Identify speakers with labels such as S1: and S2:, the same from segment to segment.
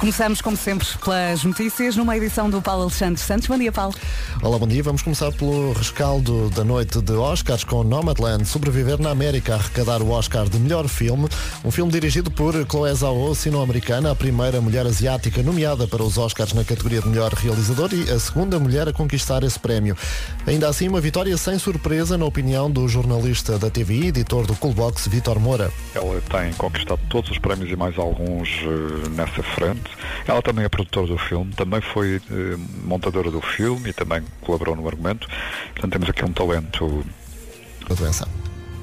S1: Começamos, como sempre, pelas notícias, numa edição do Paulo Alexandre Santos. Bom dia, Paulo.
S2: Olá, bom dia. Vamos começar pelo rescaldo da noite de Oscars com Nomadland, Sobreviver na América, a arrecadar o Oscar de melhor filme. Um filme dirigido por Chloé Zhao, sino-americana, a primeira mulher asiática nomeada para os Oscars na categoria de melhor realizador e a segunda mulher a conquistar esse prémio. Ainda assim, uma vitória sem surpresa, na opinião do jornalista da TV e editor do Coolbox, Vitor Moura.
S3: Ela tem conquistado todos os prémios e mais alguns eh, nessa frente. Ela também é produtora do filme, também foi eh, montadora do filme e também colaborou no argumento. Portanto, temos aqui um talento
S2: A doença.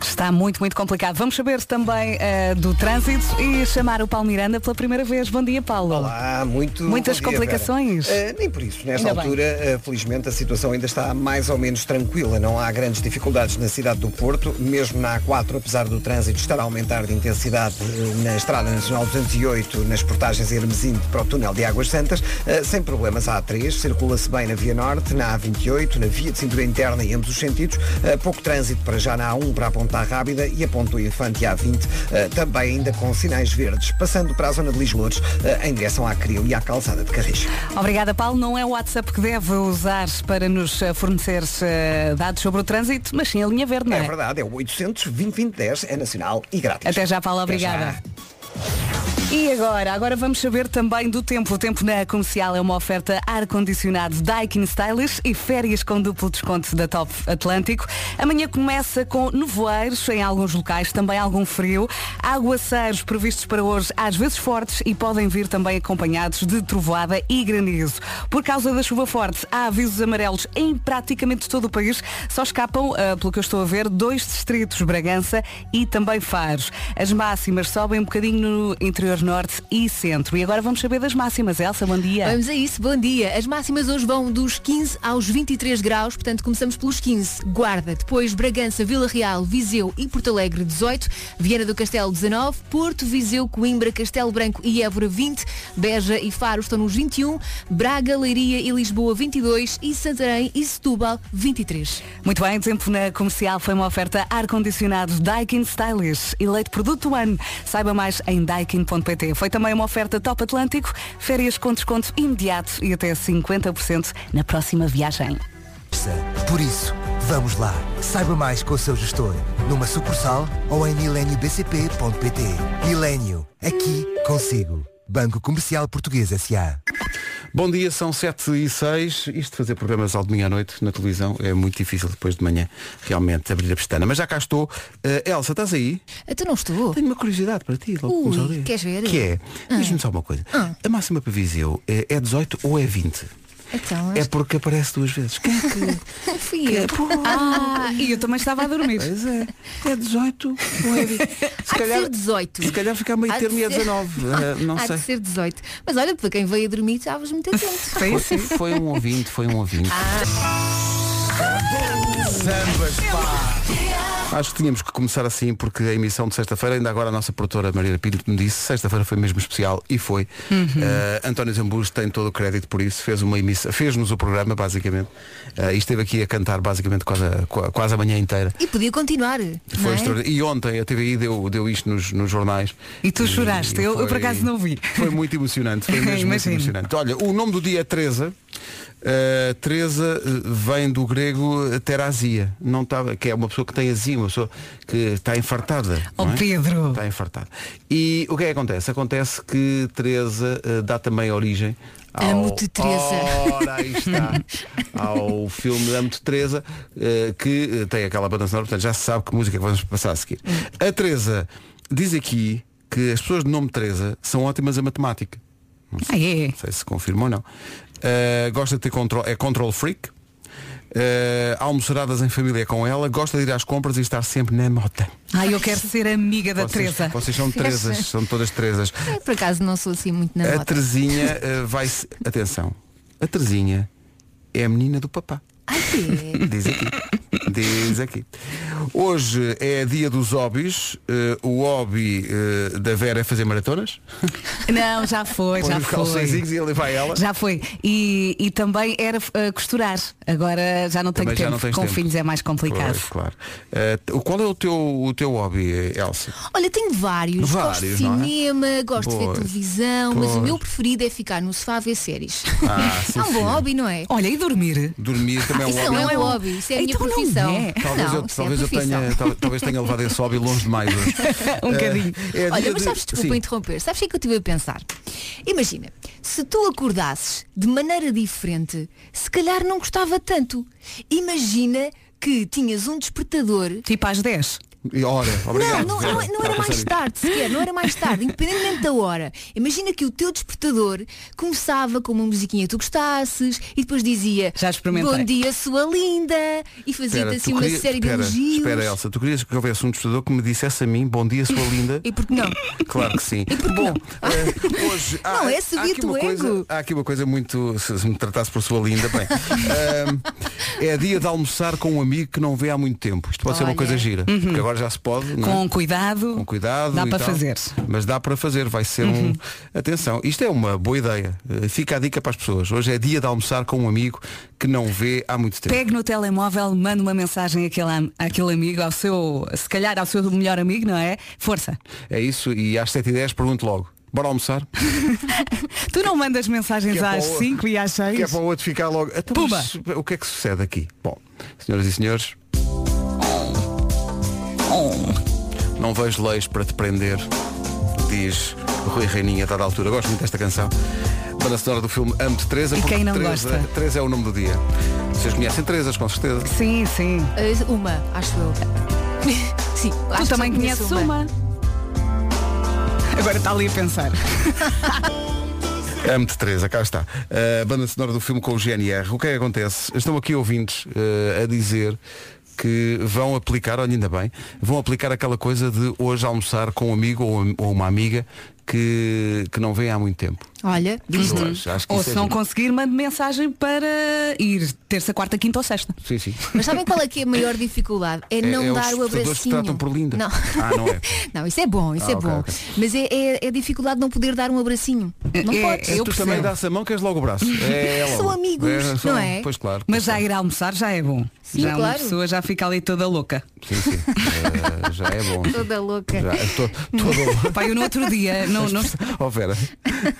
S1: Está muito, muito complicado. Vamos saber também eh, do trânsito e chamar o Paulo Miranda pela primeira vez. Bom dia, Paulo.
S4: Olá, Ah, muito.
S1: Muitas
S4: bom dia,
S1: complicações?
S4: Vera. Ah, nem por isso. Nesta
S1: Ainda bem.
S4: altura, ah, felizmente, a situação ainda está mais ou menos tranquila. Não há grandes dificuldades na cidade do Porto, mesmo na A4, apesar do trânsito estar a aumentar de intensidade ah, na Estrada Nacional 208, nas portagens Hermesinde para o túnel de Águas Santas, ah, sem problemas a A3, circula-se bem na Via Norte, na A28, na Via de Cintura Interna e ambos os sentidos, ah, pouco trânsito para já na A1 para a Ponta Rábida e a Ponto Infante A20, ah, também ainda com sinais verdes, passando para a zona de Lislouros, ah, em direção à Crio e à Calçada de Carris.
S1: Obrigada, Paulo. Não é o WhatsApp que deve usar para nos eh, fornecer eh, dados sobre o trânsito, mas sim a linha verde, não
S4: É,
S1: é?
S4: verdade, é o 800 2010 é nacional e grátis.
S1: Até já, Paulo.
S4: Até já.
S1: Obrigada. E agora? Agora vamos saber também do tempo. O tempo na comercial é uma oferta ar-condicionado Daikin Stylish e férias com duplo desconto da Top Atlântico. Amanhã começa com nevoeiros em alguns locais, também algum frio. Aguaceiros previstos para hoje, às vezes fortes, e podem vir também acompanhados de trovoada e granizo. Por causa da chuva forte, há avisos amarelos em praticamente todo o país. Só escapam, ah, pelo que eu estou a ver, dois distritos, Bragança e também Faros. As máximas sobem um bocadinho no interior norte e centro. E agora vamos saber das máximas. Elsa, bom dia.
S5: Vamos a isso, bom dia. As máximas hoje vão dos 15 aos 23 graus, portanto começamos pelos 15. Guarda, depois Bragança, Vila Real, Viseu e Porto Alegre 18, Viana do Castelo 19, Porto, Viseu, Coimbra, Castelo Branco e Évora 20, Beja e Faro estão nos 21, Braga, Leiria e Lisboa 22 e Santarém e Setúbal 23.
S1: Muito bem, tempo na comercial foi uma oferta ar-condicionado Daikin Stylish, eleito produto do ano. Saiba mais em daikin.pt. Foi também uma oferta Top Atlântico, férias com desconto imediato e até 50% na próxima viagem.
S6: Por isso, vamos lá. Saiba mais com o seu gestor, numa sucursal ou em mileniobcp.pt. Milênio, aqui consigo. Banco Comercial Português S.A.
S7: Bom dia, são 7 e 6. Isto de fazer programas ao domingo à noite na televisão é muito difícil depois de manhã realmente abrir a pestana. Mas já cá estou. Eh, Elsa, estás aí?
S5: Até Então não estou.
S7: Tenho uma curiosidade para ti, logo
S5: Ui,
S7: começar a ler.
S5: queres ver?
S7: Que é, diz-me só uma coisa.
S5: Ah.
S7: A máxima para Viseu eh, é 18 ou é 20?
S5: Então,
S7: É porque aparece duas vezes. Quem é que-
S5: fui eu.
S1: Ah, e eu também estava a dormir.
S7: Pois é. É 18 ou é 20?
S5: Há de ser 18.
S7: Se calhar fica a meio
S5: Há de
S7: termo e é
S5: ser-
S7: 19. eh, não
S5: Há
S7: sei.
S5: de ser 18. Mas olha, para quem veio a dormir, estavas muito atento.
S1: Foi assim.
S7: Foi, Ah.
S1: isso?
S7: foi um ouvinte, foi um ouvinte. Acho que tínhamos que começar assim porque a emissão de sexta-feira, ainda agora a nossa produtora Maria Pinto me disse, sexta-feira foi mesmo especial e foi. Eh, António Zambus tem todo o crédito por isso, fez uma emissão, fez-nos o programa basicamente eh, e esteve aqui a cantar basicamente quase a, qua- quase a manhã inteira.
S5: E podia continuar.
S7: Foi
S5: não é?
S7: extraordinário. E ontem a TVI deu, deu isto nos, nos jornais.
S1: E tu choraste. Eu- eu por acaso não vi. É,
S7: Foi muito emocionante. Foi mesmo muito
S1: Imagino.
S7: emocionante. Olha, o nome do dia é Teresa. Uh, Teresa uh, vem do grego terasia, não tá, que é uma pessoa que tem azia, uma pessoa que está infartada.
S1: Oh,
S7: não é?
S1: Pedro.
S7: Está infartada. E o que é que acontece? Acontece que Teresa uh, dá também origem ao...
S5: Amo-te, Teresa.
S7: Ora, aí está. ao filme Amo-te, Teresa, eh, que eh, tem aquela banda sonora, portanto já se sabe que música é que vamos passar a seguir. A Teresa diz aqui que as pessoas de nome Teresa são ótimas a matemática.
S1: Ah, é?
S7: Não sei se confirma ou não. Eh, gosta de ter control, é control freak. Eh, almoçaradas em família com ela, gosta de ir às compras e estar sempre na mota.
S1: Ah, eu quero ser amiga da
S7: Vocês,
S1: Teresa.
S7: vocês são Teresas, são todas Teresas.
S5: É, por acaso não sou assim muito na
S7: A
S5: moda.
S7: Terezinha eh, vai se. Atenção, a Terezinha é a menina do papá.
S5: Ai, que Ah, é?
S7: Diz aqui. Diz aqui. Hoje é dia dos hobbies. Eh, o hobby eh, da Vera é fazer maratonas.
S1: Não, já foi,
S7: Põe
S1: já
S7: os
S1: foi.
S7: calçõezinhos e ele vai ela.
S1: Já foi. E, e também era uh, costurar. Agora já não tenho
S7: Também já
S1: tempo.
S7: não tens
S1: Com
S7: tempo.
S1: filhos é mais complicado.
S7: Pois, claro. Eh, t- qual é o teu, o teu hobby, Elsa?
S5: Olha, tenho vários. gosto de
S7: Vários, não é?
S5: cinema, gosto de ver
S7: Pois,
S5: televisão, mas o
S7: pois.
S5: meu preferido é ficar no sofá a ver séries.
S7: Ah, sim,
S5: é um bom
S7: sim.
S5: hobby, não é?
S1: Olha, e dormir?
S7: Dormir também é um
S5: Isso
S7: hobby.
S5: não é um hobby, isso é a minha
S1: Então não
S5: profissão.
S1: é.
S7: Talvez,
S5: Não,
S7: eu,
S5: isso é
S7: talvez, eu
S5: profissão.
S7: tenha, tal- talvez tenha levado esse hobby longe demais hoje.
S1: um bocadinho.
S7: É dia
S5: Olha, mas
S7: de-
S5: sabes, desculpa
S7: Sim.
S5: interromper, sabes o que é que eu estive a pensar? Imagina, se tu acordasses de maneira diferente, se calhar não gostava tanto. Imagina que tinhas um despertador
S1: Tipo às 10.
S7: E Ora,
S5: Não,
S7: obrigado.
S5: não,
S7: Vera.
S5: não, não
S7: Estava
S5: era
S7: a
S5: mais
S7: pensar
S5: tarde sequer, não era mais tarde, independentemente da hora. Imagina que o teu despertador começava com uma musiquinha que tu gostasses e depois dizia
S1: Já experimentei.
S5: Bom dia, sua linda e
S7: Espera,
S5: fazia-te
S7: tu
S5: assim uma
S7: queria-
S5: série de
S7: espera,
S5: elogios.
S7: Espera, Elsa, tu querias que houvesse um testador que me dissesse a mim, bom dia, sua linda?
S5: E porque não?
S7: Claro que sim. Bom, eh, hoje há,
S5: Não, é
S7: há
S5: subir
S7: aqui uma
S5: o
S7: coisa,
S5: ego.
S7: há aqui uma coisa muito. Se, se me tratasse por sua linda, bem. eh, é dia de almoçar com um amigo que não vê há muito tempo. Isto pode ser uma
S5: Olha. Uhum.
S7: coisa gira, porque agora já se pode. não é?
S1: Com cuidado.
S7: com cuidado.
S1: Dá
S7: e
S1: para
S7: tal.
S1: fazer. Uhum.
S7: Mas dá para fazer, vai ser um. Atenção, isto é uma boa ideia. Eh, Fica a dica para as pessoas. Hoje é dia de almoçar com um amigo que não vê há muito tempo.
S1: Pegue no telemóvel, manda uma mensagem àquele, am- àquele amigo, ao seu, se calhar ao seu melhor amigo, não é? Força.
S7: É isso, e às 7h10 pergunto logo. Bora almoçar?
S1: Tu não mandas mensagens
S7: Que é
S1: às
S7: para o-
S1: 5 e às 6?
S7: Que é para o outro ficar logo. Então,
S1: Pumba!
S7: mas o que é que sucede aqui? Bom, senhoras e senhores. Não vejo leis para te prender, diz Rui Reininha a dada altura. Gosto muito desta canção. Banda sonora do filme Amo de Teresa.
S1: E
S7: porque
S1: quem não
S7: Teresa,
S1: gosta?
S7: Teresa é o nome do dia. Vocês conhecem Teresas, com certeza.
S1: Sim, sim.
S5: Ah, Uma, acho eu. Sim, acho
S1: Tu
S5: que só
S1: também
S5: conheço
S1: conheces uma. Agora está ali a pensar.
S7: Amo de Teresa, cá está. A banda sonora do filme com o GNR. O que é que acontece? Estão aqui ouvintes eh, a dizer que vão aplicar, olha ainda bem, vão aplicar aquela coisa de hoje almoçar com um amigo ou, ou uma amiga que, que não vem há muito tempo.
S5: Olha,
S7: Eu
S5: viste?
S7: acho, acho que
S1: Uhum. Ou
S7: isso
S1: se
S7: é
S1: não
S7: giro.
S1: conseguir, mande mensagem para ir terça, quarta, quinta ou sexta.
S7: Sim, sim.
S5: Mas sabem qual é que é a maior dificuldade? É, não
S7: é os
S5: dar o
S7: despertadores que
S5: abracinho.
S7: tratam por linda.
S5: Não.
S7: Ah, não é.
S5: Não, isso é bom, isso
S7: Ah,
S5: é
S7: ok,
S5: bom.
S7: ok.
S5: Mas é, é, é dificuldade não poder dar um abracinho. Não
S1: É-
S5: podes.
S1: é Eu
S7: tu também
S1: percebo.
S7: dás a mão, queres logo o braço. É, logo.
S5: São amigos, não é?
S7: Pois claro.
S1: Mas
S7: pois
S1: já
S7: claro.
S1: ir almoçar já é bom.
S5: Sim,
S1: já uma
S5: claro.
S1: pessoa já fica ali toda louca.
S7: Sim, sim. Eh, já é bom.
S5: Toda louca.
S7: Já, to, toda louca.
S1: Pai, eu no outro dia, não, não,
S7: Oh Vera,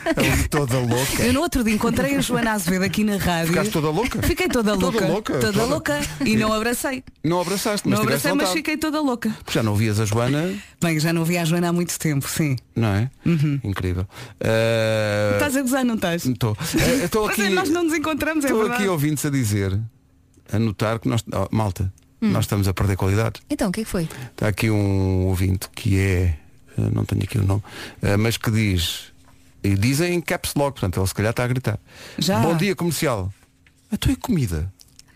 S7: É um toda louca.
S1: eu no outro dia encontrei a Joana Azevedo aqui na rádio.
S7: Ficaste toda louca?
S1: Fiquei toda
S7: Toda
S1: louca.
S7: louca,
S1: toda
S7: toda-
S1: louca. E não abracei.
S7: Não abraçaste, mas
S1: não
S7: tiveste
S1: abracei, mas
S7: vontade.
S1: fiquei toda louca.
S7: Porque Já não ouvias a Joana,
S1: Bem, já não vi a Joana há muito tempo, sim.
S7: não é? Incrível. Eh,
S1: Uhum. Estás a gozar, não estás?
S7: Estou. Eh, Estou
S1: Mas
S7: aqui.
S1: é, nós não nos encontramos, é
S7: Estou
S1: verdade.
S7: aqui ouvindo-se a dizer, a notar que nós. oh, malta,
S1: Hum.
S7: nós estamos a perder qualidade.
S5: Então, o que é que foi?
S7: Está aqui um ouvinte que é. eh, Não tenho aqui o nome, eh, mas que diz. E dizem em caps lock, portanto ele se calhar está a gritar.
S1: Já.
S7: Bom dia comercial. A tua comida.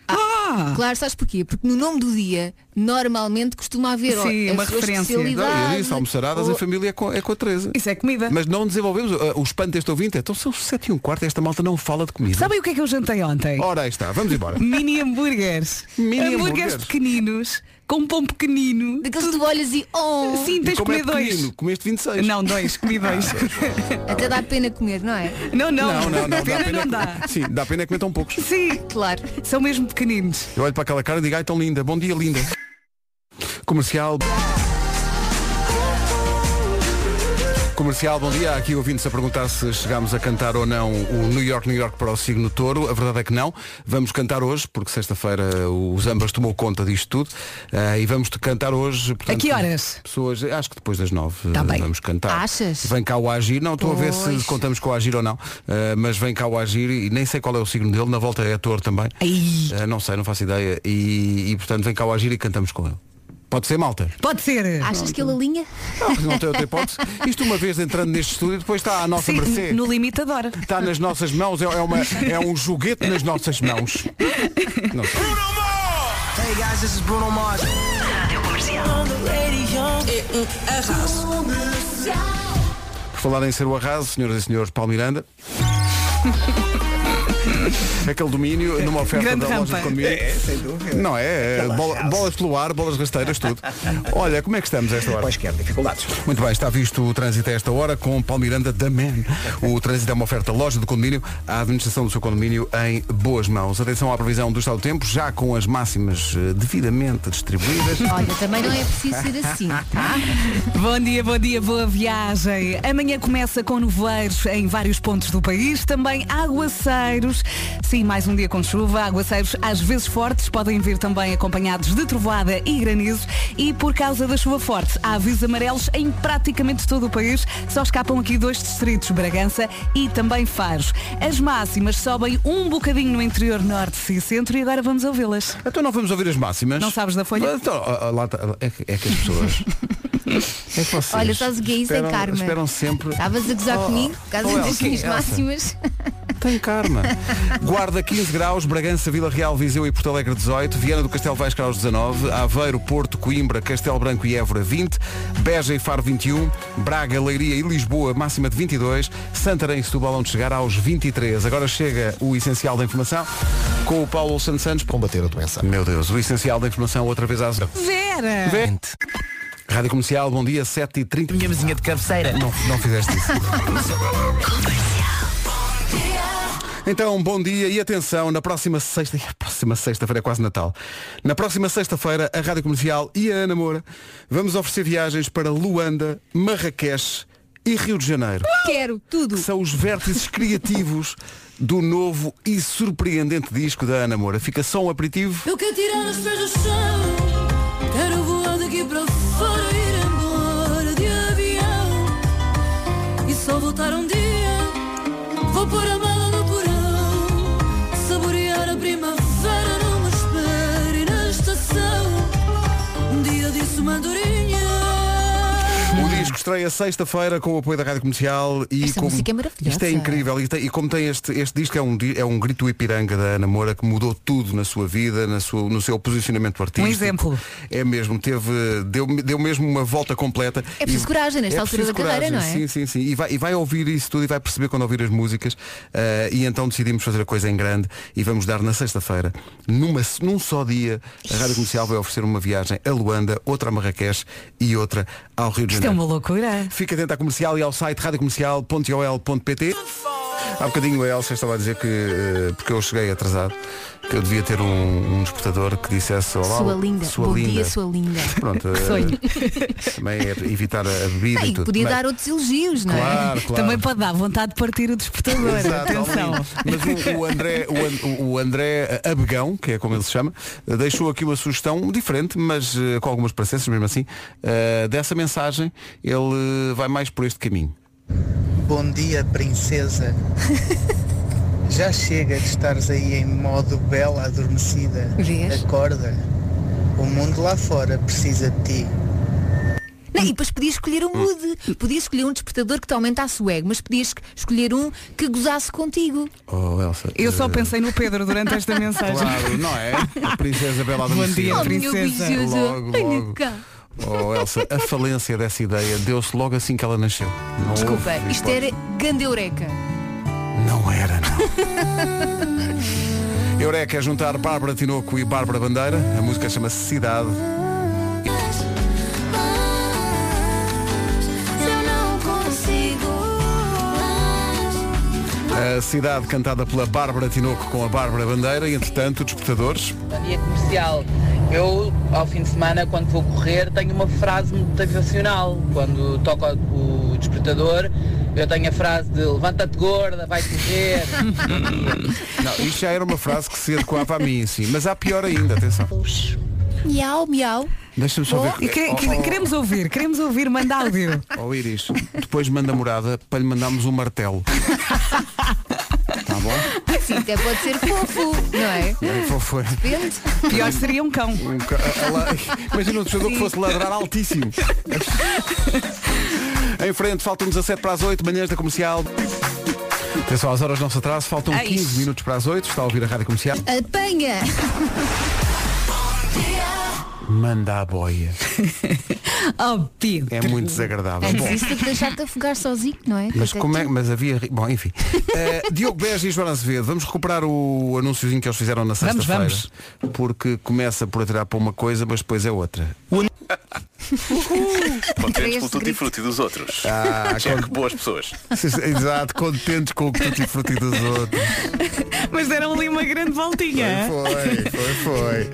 S1: Ah!
S5: Claro, sabes porquê? Porque no nome do dia, normalmente costuma haver ó,
S1: Sim,
S7: é
S5: a
S1: uma
S5: sua
S1: referência.
S5: especialidade.
S7: eu disse, almoçaradas
S5: ou-
S7: em família é com, é com a Teresa.
S1: Isso é comida.
S7: Mas não desenvolvemos. eh, o espanto deste ouvinte é, então são 7 e um quarto, esta malta não fala de comida.
S1: Sabem o que é que eu jantei ontem?
S7: Ora, aí está, vamos embora.
S1: Mini hambúrgueres.
S7: Oh. Mini
S1: hambúrgueres,
S7: hambúrgueres.
S1: pequeninos, com pão pequenino.
S5: Daqueles que tu olhas e oh,
S1: Sim,
S7: E
S1: tens de
S7: como
S1: comer
S7: é
S1: dois.
S7: pequenino, comeste 26.
S1: Não, dois, comi dois.
S5: até dá pena comer, não é?
S1: não, não.
S7: não, não, não,
S1: Pena não dá.
S7: que- Sim, dá pena é comer tão poucos.
S1: Sim,
S5: Claro.
S1: são mesmo pequeninos.
S7: Eu olho para aquela cara e digo, ai tão linda, bom dia linda. Comercial. Comercial, bom dia. Há Aqui ouvindo-se a perguntar se chegámos a cantar ou não o New York, New York para o signo touro. A verdade é que não. Vamos cantar hoje, porque sexta-feira o Zambas tomou conta disto tudo. Ah, e vamos te cantar hoje. portanto,
S1: A que horas?
S7: Pessoas, acho que depois das nove
S1: Tá
S7: eh,
S1: bem.
S7: vamos cantar.
S5: Achas?
S7: Vem cá o Agir. Não, estou a ver se
S5: Pois.
S7: contamos com o Agir ou não. Ah, mas vem cá o Agir e nem sei qual é o signo dele. Na volta é ator também.
S1: Ai.
S7: Ah, não sei, não faço ideia. E, e, portanto vem cá o Agir e cantamos com ele. Pode ser malta.
S1: Pode ser.
S5: Achas que ele alinha?
S7: Não, não tem outra hipótese. Isto uma vez entrando neste estúdio, depois está à nossa
S1: Sim,
S7: mercê.
S1: no limite adora.
S7: Está nas nossas mãos, é, é uma, é um joguete nas nossas mãos. Não sei. Por falar em ser o arraso, senhoras e senhores, Paulo Miranda. Aquele domínio numa oferta
S1: Grande
S7: da loja
S1: rampa.
S7: de condomínio.
S4: É, sem dúvida.
S7: Não é? é, bola- bolas pelo ar, bolas rasteiras, tudo. Olha, como é que estamos a esta hora?
S4: Quaisquer dificuldades.
S7: Muito bem, está visto o trânsito a esta hora com Paulo Miranda da Man. O trânsito é uma oferta loja do condomínio, a administração do seu condomínio em boas mãos. Atenção à previsão do estado do tempo, já com as máximas eh, devidamente distribuídas.
S5: Olha, também não é preciso ser assim, tá?
S1: Bom dia, bom dia, boa viagem. Amanhã começa com nevoeiros em vários pontos do país, também aguaceiros. Sim, mais um dia com chuva, aguaceiros às vezes fortes, podem vir também acompanhados de trovoada e granizo. E por causa da chuva forte, há avisos amarelos em praticamente todo o país. Só escapam aqui dois distritos, Bragança e também Faros. As máximas sobem um bocadinho no interior norte e centro e agora vamos ouvi-las.
S7: Então não vamos ouvir as máximas.
S1: Não sabes da folha?
S7: Então, ó, ó, lá tá- é, que- é que as pessoas. é que vocês
S5: Olha, sabes o que é isso? É
S7: esperam-
S5: karma.
S7: Esperam sempre.
S1: Tá
S5: Estavas a gozar
S7: Oh,
S5: comigo por
S7: oh,
S5: causa das
S7: Elsa,
S5: minhas
S7: Elsa.
S5: máximas.
S7: Tem karma. Guarda 15 graus, Bragança, Vila Real, Viseu e Porto Alegre 18, Viana do Castelo Vais graus 19, Aveiro, Porto, Coimbra, Castelo Branco e Évora 20, Beja e Faro 21, Braga, Leiria e Lisboa máxima de 22, Santarém e Setúbal onde chegar aos 23. Agora chega o essencial da informação com o Paulo Santos Santos.
S2: Combater a doença.
S7: Meu Deus, o essencial da informação outra vez às...
S1: Vera!
S7: Rádio Comercial, bom dia, 7h30. Minha vizinha de cabeceira. Não, não fizeste isso. Então, bom dia e atenção, na próxima sexta, a próxima sexta-feira é quase Natal. Na próxima sexta-feira, a Rádio Comercial e a Ana Moura vamos oferecer viagens para Luanda, Marrakech e Rio de Janeiro.
S5: Quero tudo.
S7: que São os vértices criativos do novo e surpreendente disco da Ana Moura. Fica só um aperitivo
S8: Eu quero tirar os pés do chão Quero voar daqui para fora Ir embora de avião E só voltar um dia Vou pôr a mala no porão Saborear a primavera Não me espere na estação Um dia disse mandorinha
S7: O disco estreia sexta-feira com o apoio da Rádio Comercial e
S5: Esta
S7: como...
S5: música é maravilhosa.
S7: Isto é incrível. E, tem- e como tem este, este disco é um, di- é um grito ipiranga da Ana Moura que mudou tudo na sua vida, na sua, no seu posicionamento artístico.
S1: Um exemplo.
S7: É mesmo, teve, deu, deu mesmo uma volta completa.
S5: É preciso
S7: E-
S5: coragem nesta altura da
S7: preciso
S5: carreira, não é?
S7: Sim, sim, sim. E vai, e vai ouvir isso tudo e vai perceber quando ouvir as músicas. eh, e então decidimos fazer a coisa em grande e vamos dar na sexta-feira, numa, num só dia, a Rádio Comercial vai oferecer uma viagem a Luanda, outra a Marrakech e outra ao Rio de
S1: Isto é
S5: um
S7: Janeiro.
S1: uma loucura.
S7: Fica atento à comercial e ao site radiocomercial.ol.pt Há bocadinho a Elsa estava a dizer que, eh, porque eu cheguei atrasado, que eu devia ter um, um despertador que dissesse Olá,
S5: Sua linda.
S7: sua
S5: Bom
S7: linda.
S5: dia, sua linda.
S7: Pronto, eh,
S1: sonho.
S7: também é evitar a a bebida
S5: Bem,
S7: e tudo.
S5: podia
S7: Bem,
S5: dar outros elogios, não é?
S7: Claro, claro.
S1: Também pode dar vontade de partir o despertador.
S7: Exato,
S1: Atenção.
S7: ao menino. Mas o, o André, o, An- o André Abegão, que é como ele se chama, eh, deixou aqui uma sugestão diferente, mas eh, com algumas parecenças mesmo assim, eh, dessa mensagem, ele eh, vai mais por este caminho.
S9: Bom dia, princesa. Já chega de estares aí em modo bela adormecida.
S5: Vês?
S9: Acorda. O mundo lá fora precisa de ti.
S5: Não, e depois podias escolher um mood. Podias escolher um despertador que te aumentasse o ego, mas podias escolher um que gozasse contigo.
S7: Oh, Elsa.
S1: Eu
S7: eh,
S1: só pensei no Pedro durante esta mensagem.
S7: Claro, não é? A princesa Bela
S1: Bom
S7: Adormecida.
S1: dia,
S5: oh,
S1: princesa.
S5: meu bijuso.
S7: Logo,
S5: Olha
S7: logo.
S5: cá.
S7: Oh Elsa, a falência dessa ideia deu-se logo assim que ela nasceu. Não
S5: Desculpa,
S7: houve
S5: isto
S7: hipótese.
S5: era grande eureka.
S7: Não era, não. Eureka é juntar Bárbara Tinoco e Bárbara Bandeira. A música chama-se Cidade.
S8: Eu não consigo
S7: A cidade cantada pela Bárbara Tinoco com a Bárbara Bandeira e, entretanto, despertadores.
S10: Bom dia comercial. Eu, ao fim de semana, quando vou correr, tenho uma frase motivacional. Quando toco o despertador, eu tenho a frase de levanta-te gorda, vai correr.
S7: Não, isto já era uma frase que se adequava a mim, sim. Mas há pior ainda, atenção.
S5: Miau, miau.
S7: Deixa-me só
S1: E
S7: ver.
S1: quere- que- queremos ouvir, queremos ouvir, manda áudio.
S7: Ó Iris, depois manda morada para lhe mandarmos um martelo. Tá bom?
S5: Sim, até pode ser fofo, não é?
S7: Foi, foi.
S5: Depende.
S1: Pior seria um cão.
S7: Um ca- a- a la- Imagina um jogador que fosse ladrar altíssimo. em frente, faltam 17 para as 8, manhãs da comercial. Atenção às horas, não se atraso, faltam
S1: É
S7: 15
S1: isso.
S7: minutos para as 8, está a ouvir a rádio comercial.
S5: Apanha!
S7: Manda a boia.
S1: Oh, Pedro.
S7: É muito desagradável. Bom,
S11: Antes isso
S5: é
S11: do que deixar-te afogar sozinho, não é?
S7: mas
S11: Até
S7: como é
S11: tu.
S7: Mas havia. ri- Bom, enfim. Eh, Diogo Beja e Joana Azevedo, vamos recuperar o anúnciozinho que eles fizeram na
S1: Vamos,
S7: sexta-feira.
S1: vamos.
S7: Porque começa por atirar para uma coisa, mas depois é outra.
S11: Três
S12: Contentes com o tutti
S11: gritos.
S12: frutti dos outros.
S7: Ah,
S12: Cheque, é boas pessoas.
S7: Exato, contentes com o que tu fruti dos outros.
S1: Mas deram ali uma grande voltinha.
S7: Foi, foi, foi.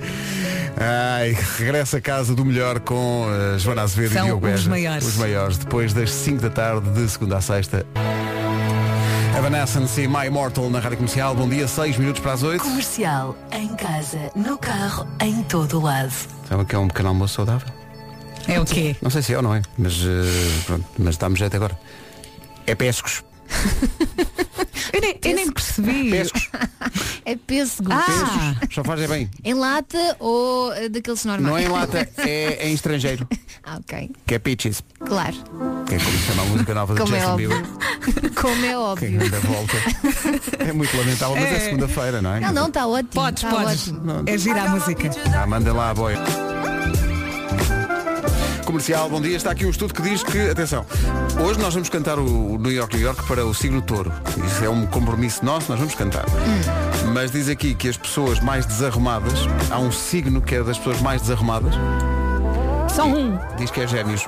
S7: Ai, regressa a casa do melhor com eh, Joana Azevedo
S1: São
S7: e Diogo
S1: os
S7: Beja.
S1: maiores.
S7: Os maiores, depois das 5 da tarde, de segunda a sexta. Evanescence e My Immortal na Rádio Comercial. Bom dia, 6 minutos para as 8.
S13: Comercial, em casa, no carro, em todo o lado.
S7: Sabe que é um pequeno almoço saudável?
S1: É o quê?
S7: Não sei se é ou não é, mas eh, pronto, mas dá-me jeito agora. É pescos.
S1: Eu nem, eu nem percebi.
S7: Pescos.
S11: É pêssego.
S1: Ah,
S7: Só fazem bem.
S11: Em lata ou eh, daqueles normais?
S7: Não é em lata, é em estrangeiro.
S11: Ah, ok.
S7: Que é pitches.
S11: Claro.
S7: Que é como se chama a música nova de
S11: Como é
S7: Justin
S11: óbvio.
S7: Bieber.
S11: Como é
S7: Que
S11: óbvio.
S7: grande volta. É muito lamentável, mas é, segunda-feira, não é?
S11: Não, não, está ótimo.
S1: podes,
S11: tá
S1: podes.
S11: ótimo.
S1: É girar a música.
S7: Ah, manda lá a boia. Comercial, bom dia. Está aqui um estudo que diz que, atenção, hoje nós vamos cantar o New York, New York para o signo touro. Isso é um compromisso nosso, nós vamos cantar. Mas diz aqui que as pessoas mais desarrumadas, há um signo que é das pessoas mais desarrumadas,
S1: Só um.
S7: diz que é gêmeos.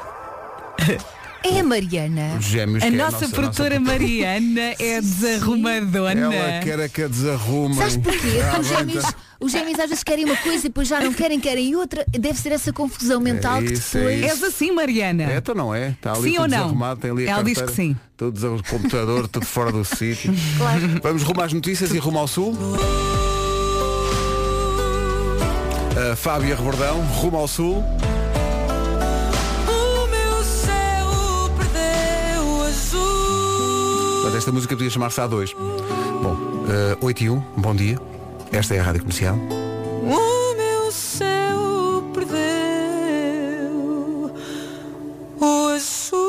S11: É a Mariana.
S7: Os gêmeos
S1: A
S7: que é
S1: nossa, produtora Mariana é desarrumadona.
S7: Ela quer a que a desarrumem.
S11: Sabes porquê?
S7: Ah,
S11: Os gêmeos,
S7: levanta.
S11: os gêmeos às vezes querem uma coisa e depois já não querem, querem outra. Deve ser essa confusão mental
S7: isso,
S11: que
S7: é
S11: depois.
S7: isso.
S1: És assim, Mariana.
S7: É, então não é? Está ali
S1: Sim
S7: tudo
S1: ou não?
S7: desarrumado, tem ali a
S1: Ela diz
S7: carteira,
S1: que sim.
S7: Tudo desarrumado, o computador, tudo fora do sítio. Vamos rumo às notícias e rumo ao sul. A Fábia Rebordão, rumo ao sul.
S8: O meu céu perdeu o azul.
S7: Portanto, esta música podia chamar-se A2. Bom, eh, 8 e 1, bom dia. Esta é a Rádio Comercial.
S8: O meu céu perdeu o azul.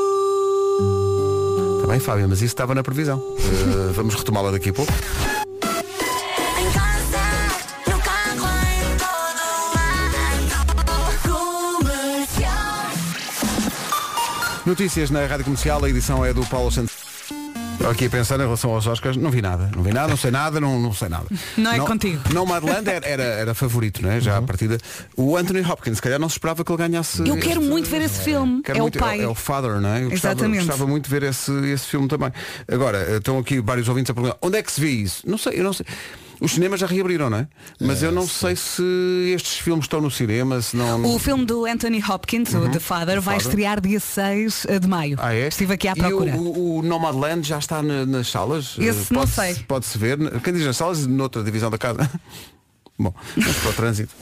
S7: Está Tá bem, Fábia, mas isso estava na previsão. Eh, vamos retomá-la daqui a pouco.
S8: Em casa, no carro, em todo lado. Comercial.
S7: Notícias na Rádio Comercial, a edição é do Paulo Santos. Estou Aqui a pensar em relação aos Oscars, não vi nada, não vi nada, não sei nada, não, não sei nada.
S1: Não é contigo.
S7: Não, Madland era, era, era favorito, não é? Já à partida. O Anthony Hopkins, se calhar não se esperava que ele ganhasse.
S1: Eu
S7: este-
S1: quero muito ver esse filme.
S7: Quero
S1: é
S7: muito-
S1: o pai.
S7: É, o Father, não é? Eu gostava,
S1: Exatamente.
S7: gostava muito de ver esse, esse filme também. Agora, eh, estão aqui vários ouvintes a perguntar, onde é que se vê isso? Não sei, eu não sei. Os cinemas já reabriram, não é? Mas eu não sei se estes filmes estão no cinema, se não.
S1: O filme do Anthony Hopkins, o The Father, vai
S7: Hum. Uhum. Father.
S1: estrear dia 6 de maio.
S7: Ah, é?
S1: Estive aqui à
S7: E
S1: procura.
S7: o, o, o Nomadland já está na- nas salas?
S1: Esse
S7: Eh,
S1: não
S7: pode-se-
S1: sei.
S7: Pode-se ver. Quem diz nas salas, noutra divisão da casa. Bom, vamos para o trânsito.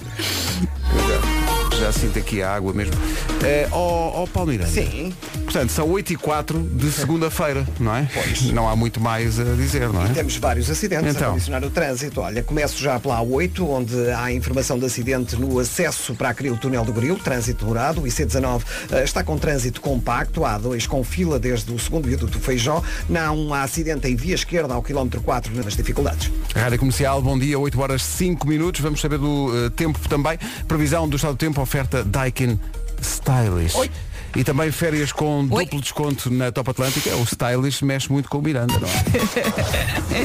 S7: Eu Já, já sinto aqui a água mesmo. Eh, Ó oh, Palmeira.
S4: Sim.
S7: Portanto, são 8 e 4 de segunda-feira, não é? Não há muito mais a dizer, não é?
S4: Temos vários acidentes
S7: Então.
S4: a condicionar o trânsito. Olha, começo já pela A8, onde há informação de acidente no acesso para Acril Túnel do Grilo, trânsito dourado. O IC19 eh, está com trânsito compacto, a A2 com fila desde o segundo viaduto do Feijó. Não há um acidente em via esquerda ao quilómetro 4 nas dificuldades.
S7: Rádio Comercial, bom dia, 8 horas 5 minutos. Vamos saber do eh, tempo também. Previsão do estado do tempo, oferta Daikin Stylish. E também férias com
S1: Oi.
S7: duplo desconto na Top Atlântica. O Stylish mexe muito com o Miranda, não é?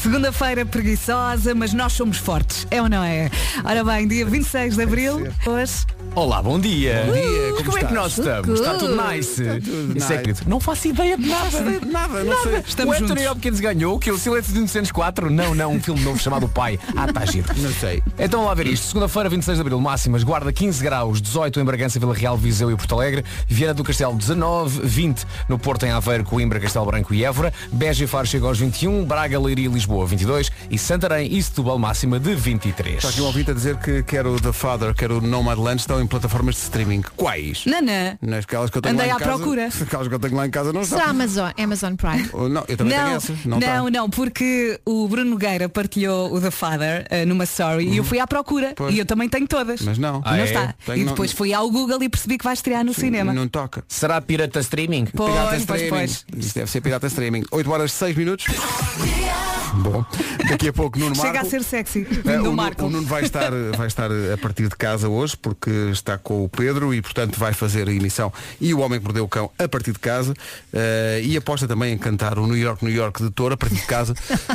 S1: Segunda-feira preguiçosa, mas nós somos fortes, é ou não é? Ora bem, dia 26 de Abril, hoje.
S12: Olá, bom dia. Bom
S7: dia, como
S12: é que nós estamos? Está tudo nice?
S7: tudo
S12: Isso é
S7: nice.
S12: querido. Não faço ideia de nada.
S7: Nada, não sei.
S12: o
S1: Estamos
S12: Anthony
S1: juntos.
S12: Hopkins ganhou, que é o Silêncio de um Inocentes 4. Não, não, um filme novo chamado O Pai. Ah, tá giro.
S7: Não sei.
S12: Então lá ver isto. Segunda-feira, 26 de Abril, máximas. Guarda 15 graus, 18 em Bragança, Vila Real, Viseu e Porto Alegre. Viana do Castelo 19, 20 no Porto, em Aveiro, Coimbra, Castelo Branco e Évora. Beja e Faro chega aos 21, Braga, Leiria e Lisboa 22 e Santarém e Setúbal máxima de 23.
S7: Está aqui um ouvinte a dizer que quer o The Father, quer o Nomadland, estão em plataformas de streaming. Quais?
S1: Nanã.
S7: Nas aquelas que eu tenho
S1: Andei
S7: lá em
S1: à
S7: casa.
S1: procura.
S7: Aquelas que eu tenho lá em casa não
S11: Será
S7: estão.
S11: Amazon, Amazon Prime?
S7: Oh, Não, tá. eu também tenho
S1: Não,
S7: essa.
S1: não,
S7: está.
S1: não, porque o Bruno Nogueira partilhou o The Father eh, numa story e eu fui à procura
S7: Uhum. Pois.
S1: e eu também tenho todas.
S7: Mas não.
S12: Ah,
S1: não
S12: é?
S1: está.
S7: Tenho-
S1: e depois fui ao Google e percebi que vai estrear no cinema.
S7: Não toca.
S12: Será pirata streaming?
S1: Pois,
S7: Pirata
S1: pois,
S7: streaming.
S1: pois.
S7: Isto deve ser pirata streaming. 8 horas 6 minutos. Bom, daqui a pouco Nuno
S1: Chega a
S7: Marco.
S1: ser sexy.
S7: Eh,
S1: Vindo
S7: o,
S1: do
S7: Nu-
S1: Marco.
S7: o Nuno vai estar, vai estar eh, a partir de casa hoje porque está com o Pedro e portanto vai fazer a emissão e o Homem que Mordeu o Cão a partir de casa eh, e aposta também em cantar o New York, New York de Touro a partir de casa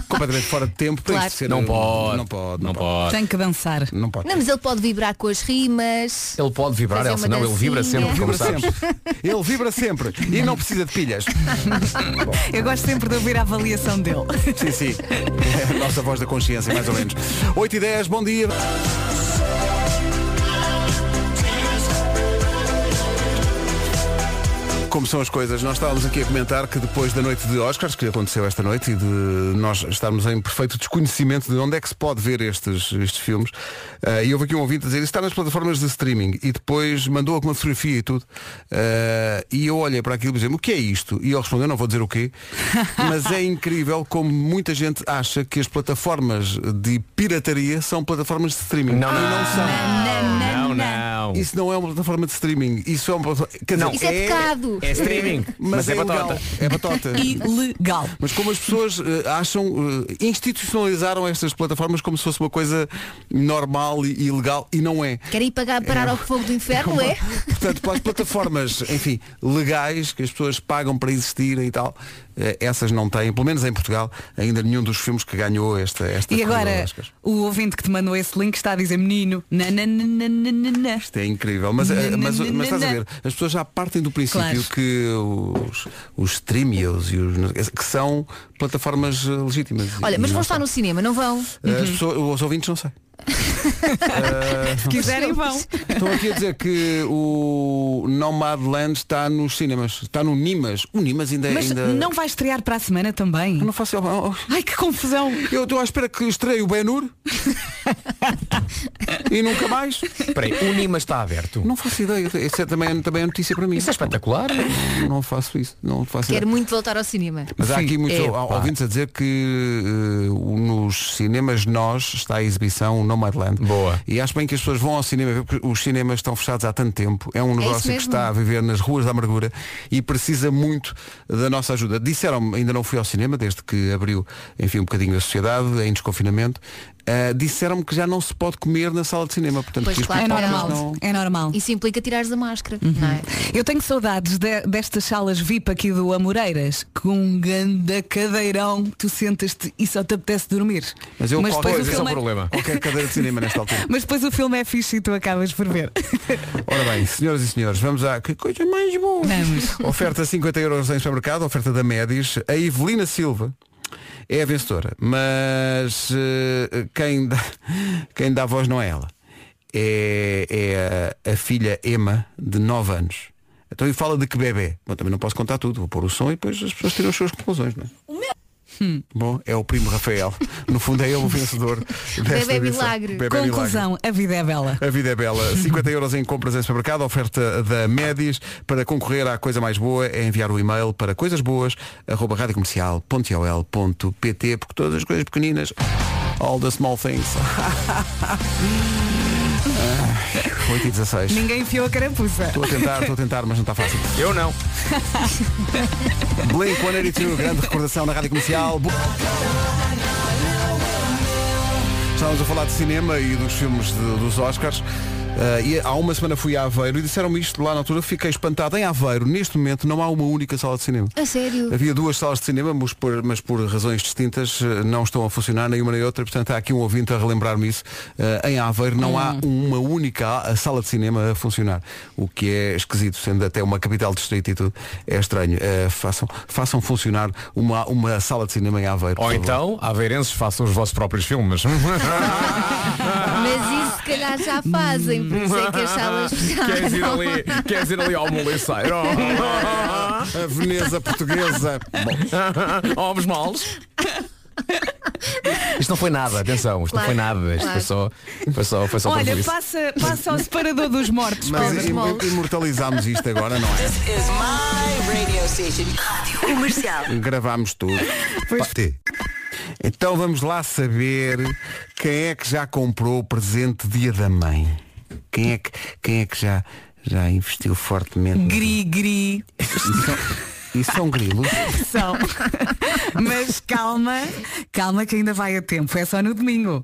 S7: completamente fora de tempo para
S1: Claro.
S7: isto ser- um-
S12: Não pode.
S7: não pode, não, pode.
S1: Tem que dançar.
S7: Não pode.
S11: Não, mas ele pode vibrar com as rimas.
S12: Ele pode vibrar,
S11: Fazer
S12: Elsa.
S11: uma
S12: Não, ele vibra
S11: dancinha.
S12: sempre, como
S7: Vibra
S12: sabes.
S7: Ele vibra sempre e não precisa de pilhas.
S1: Eu gosto sempre de ouvir a avaliação dele.
S7: Sim, sim. É a nossa voz da consciência, mais ou menos. 8 e 10, bom dia. Como são as coisas? Nós estávamos aqui a comentar que depois da noite de Oscars, que aconteceu esta noite, e de nós estarmos em perfeito desconhecimento de onde é que se pode ver estes, estes filmes, eh, e houve aqui um ouvinte a dizer, "Isso está nas plataformas de streaming, e depois mandou alguma fotografia e tudo, Eh, e eu olhei para aquilo e dizia, o que é isto? E ele respondeu, não vou dizer o quê, mas é incrível como muita gente acha que as plataformas de pirataria são plataformas de streaming.
S12: Não,
S7: E
S12: não.
S7: são.
S12: Ah, Não, não.
S7: Isso não é uma plataforma de streaming, isso é uma plataforma... quer dizer,
S12: Não, Isso é pecado. é streaming, mas é
S7: ilegal.
S12: batota.
S7: É batota.
S1: Ilegal.
S7: Mas como as pessoas eh, acham, eh, institucionalizaram estas plataformas como se fosse uma coisa normal e e legal e não é.
S11: Querem ir pagar, parar
S7: É.
S11: ao fogo do inferno, é?
S7: Portanto, para as plataformas, enfim, legais que as pessoas pagam para existirem e tal, eh, essas não têm, pelo menos em Portugal, ainda nenhum dos filmes que ganhou esta esta
S1: E
S7: corrida
S1: agora,
S7: do Oscar.
S1: o ouvinte que te mandou esse link está a dizer menino. nananana.
S7: Isto é incrível, mas, eh, mas, mas estás a ver, as pessoas já partem do princípio
S1: Claro.
S7: que os, os streamios e os que são plataformas eh, legítimas.
S11: Olha, mas
S7: E
S11: vão
S7: não
S11: estar
S7: são.
S11: no cinema, não vão?
S7: As pessoas- os ouvintes não sei.
S11: Se
S1: quiserem, vão.
S7: Estão aqui a dizer que o Nomadland está nos cinemas, está no Nimas. O Nimas ainda
S1: Mas
S7: ainda...
S1: não vai estrear para a semana também?
S7: Não faço. oh,
S1: Ai, que confusão!
S7: Eu estou à espera que estreie o Ben-Hur e nunca mais.
S12: Espera aí, o Nima está aberto.
S7: Não faço ideia. Isso é também, também é notícia para mim.
S12: Isso é espetacular.
S7: Não faço isso. Não faço
S11: Quero
S7: ideia.
S11: muito voltar ao cinema.
S7: Mas há aqui muitos
S11: Epá.
S7: há ouvintes a dizer que eh, o- nos cinemas nós está a exibição o Nomadland. Boa. E acho bem que as pessoas vão ao cinema ver, porque os cinemas estão fechados há tanto tempo. É um
S11: isso
S7: negócio que
S11: mesmo.
S7: está a viver nas ruas da amargura e precisa muito da nossa ajuda. Disseram-me, ainda não fui ao cinema, desde que abriu, enfim, um bocadinho a sociedade, em desconfinamento, eh, disseram-me que já não se pode comer na sala de cinema. Portanto,
S11: Pois
S7: que as
S11: claro, é
S7: pipocas
S11: normal.
S7: não-
S1: É normal.
S11: Isso implica tirares a máscara,
S12: Uhum.
S11: não é?
S1: Eu tenho saudades de- destas salas VIP aqui do Amoreiras, com um ganda cadeirão, tu sentas-te e só te apetece dormir.
S7: Mas eu
S1: depois
S7: qualquer,
S1: o filme é-
S7: qualquer cadeira de cinema nesta altura.
S1: Mas depois o filme é fixe e tu acabas por ver.
S7: É Ora bem, senhoras e senhores, vamos à que coisa mais boa. Oferta 50 euros em supermercado, oferta da Médis. A Evelina Silva é a vencedora, mas eh, quem, dá, quem dá voz não é ela. É, é a, a filha Emma, de 9 anos. Então e fala de que bebê? Bom, também não posso contar tudo, vou pôr o som e depois as pessoas tiram as suas conclusões, não é? Bom, é o primo Rafael. No fundo é ele o vencedor. desta
S1: Bebê
S7: edição.
S1: milagre.
S7: Bebé milagre.
S1: Conclusão, a vida é bela.
S7: A vida é bela. 50 euros em compras em supermercado, oferta da Médis. Para concorrer à coisa mais boa é enviar o e-mail para coisasboas.radiocomercial.ol.pt porque todas as coisas pequeninas, all the small things. 8 e 16.
S1: Ninguém enfiou a carapuça.
S7: Estou a tentar, estou a tentar, mas não está fácil. Eu não. Blink 182, grande recordação na Rádio Comercial. Bo- Estávamos a falar de cinema e dos filmes de- dos Oscars. Ah, e há uma semana fui a Aveiro e disseram-me isto lá na altura, fiquei espantado. Em Aveiro, neste momento, não há uma única sala de cinema.
S11: A sério.
S7: Havia duas salas de cinema, mas por, mas por razões distintas eh, não estão a funcionar nem uma nem outra. Portanto, há aqui um ouvinte a relembrar-me isso. Eh, em Aveiro não há uma única a- a sala de cinema a funcionar, o que é esquisito, sendo até uma capital distrito e tudo. É estranho. Eh, façam, façam funcionar uma, uma sala de cinema em Aveiro. por
S12: Ou
S7: favor.
S12: então, aveirenses, façam os vossos próprios filmes.
S11: Mas isso se calhar já fazem, por isso é que as salas
S12: Queres ir
S11: fecharam.
S12: ali, queres ir ali ao moleceiro?
S7: A Veneza portuguesa.
S12: Ovos moles. Isto não foi nada, atenção, isto não foi
S1: Claro,
S12: nada, isto
S1: claro.
S12: foi só, foi só, foi só
S1: Olha,
S12: prejuízo.
S1: passa, passa ao separador dos mortos.
S7: Mas
S1: Pedro.
S7: im- imortalizámos isto agora, não é?
S13: is my radio station. Rádio Comercial.
S7: Gravámos tudo. Pá. Então vamos lá saber quem é que já comprou o presente dia da mãe. Quem é que, quem é que já, já investiu fortemente?
S1: Gri, gri.
S7: Então, Isso são, isso são grilos.
S1: São. Mas calma, calma que ainda vai a tempo. É só no domingo.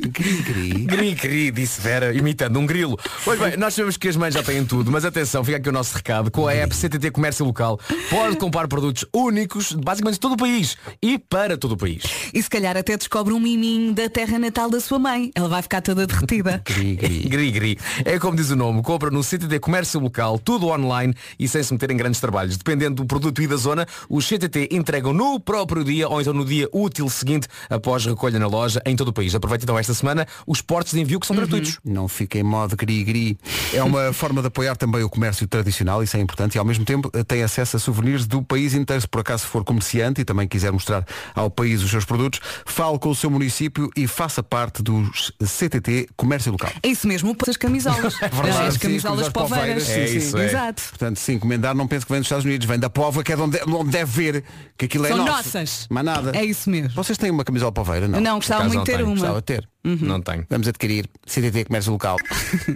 S7: Gri-gri.
S12: Gri-gri, disse Vera, imitando um grilo. Pois bem, nós sabemos que as mães já têm tudo, mas atenção, fica aqui o nosso recado. Com a app CTT Comércio Local, pode comprar produtos únicos de basicamente todo o país e para todo o país.
S1: E se calhar até descobre um miminho da terra natal da sua mãe. Ela vai ficar toda derretida.
S12: Gri-gri. É como diz o nome, compra no CTT Comércio Local, tudo online e sem se meter em grandes trabalhos. Dependendo do produto e da zona, os CTT entregam no próprio dia ou então no dia útil seguinte, após recolha na loja em todo o país. Aproveita então esta semana os portes de envio que são gratuitos.
S7: Não fica em modo gri-gri. É uma forma de apoiar também o comércio tradicional, isso é importante, e ao mesmo tempo eh, tem acesso a souvenirs do país inteiro. Se por acaso for comerciante e também quiser mostrar ao país os seus produtos, fale com o seu município e faça parte dos CTT Comércio Local.
S1: É isso mesmo, as camisolas.
S7: É
S1: é
S7: Verdade,
S1: as
S7: sim,
S1: camisolas
S7: camisolas
S1: poveiras.
S7: poveiras, É sim, sim. isso, é.
S1: Exato.
S7: Portanto, se encomendar, não pense que vem dos Estados Unidos, vem da Póvoa, que é de onde, onde deve ver que aquilo é
S1: São
S7: nosso.
S1: nossas.
S7: Mas nada.
S1: É isso mesmo.
S7: Vocês têm uma camisola palveira, não?
S1: Não,
S7: Por
S1: gostava
S7: acaso
S1: muito de ter
S7: tenho.
S1: uma.
S7: Gostava de ter.
S12: Não tenho.
S7: Vamos adquirir CTT Comércio Local.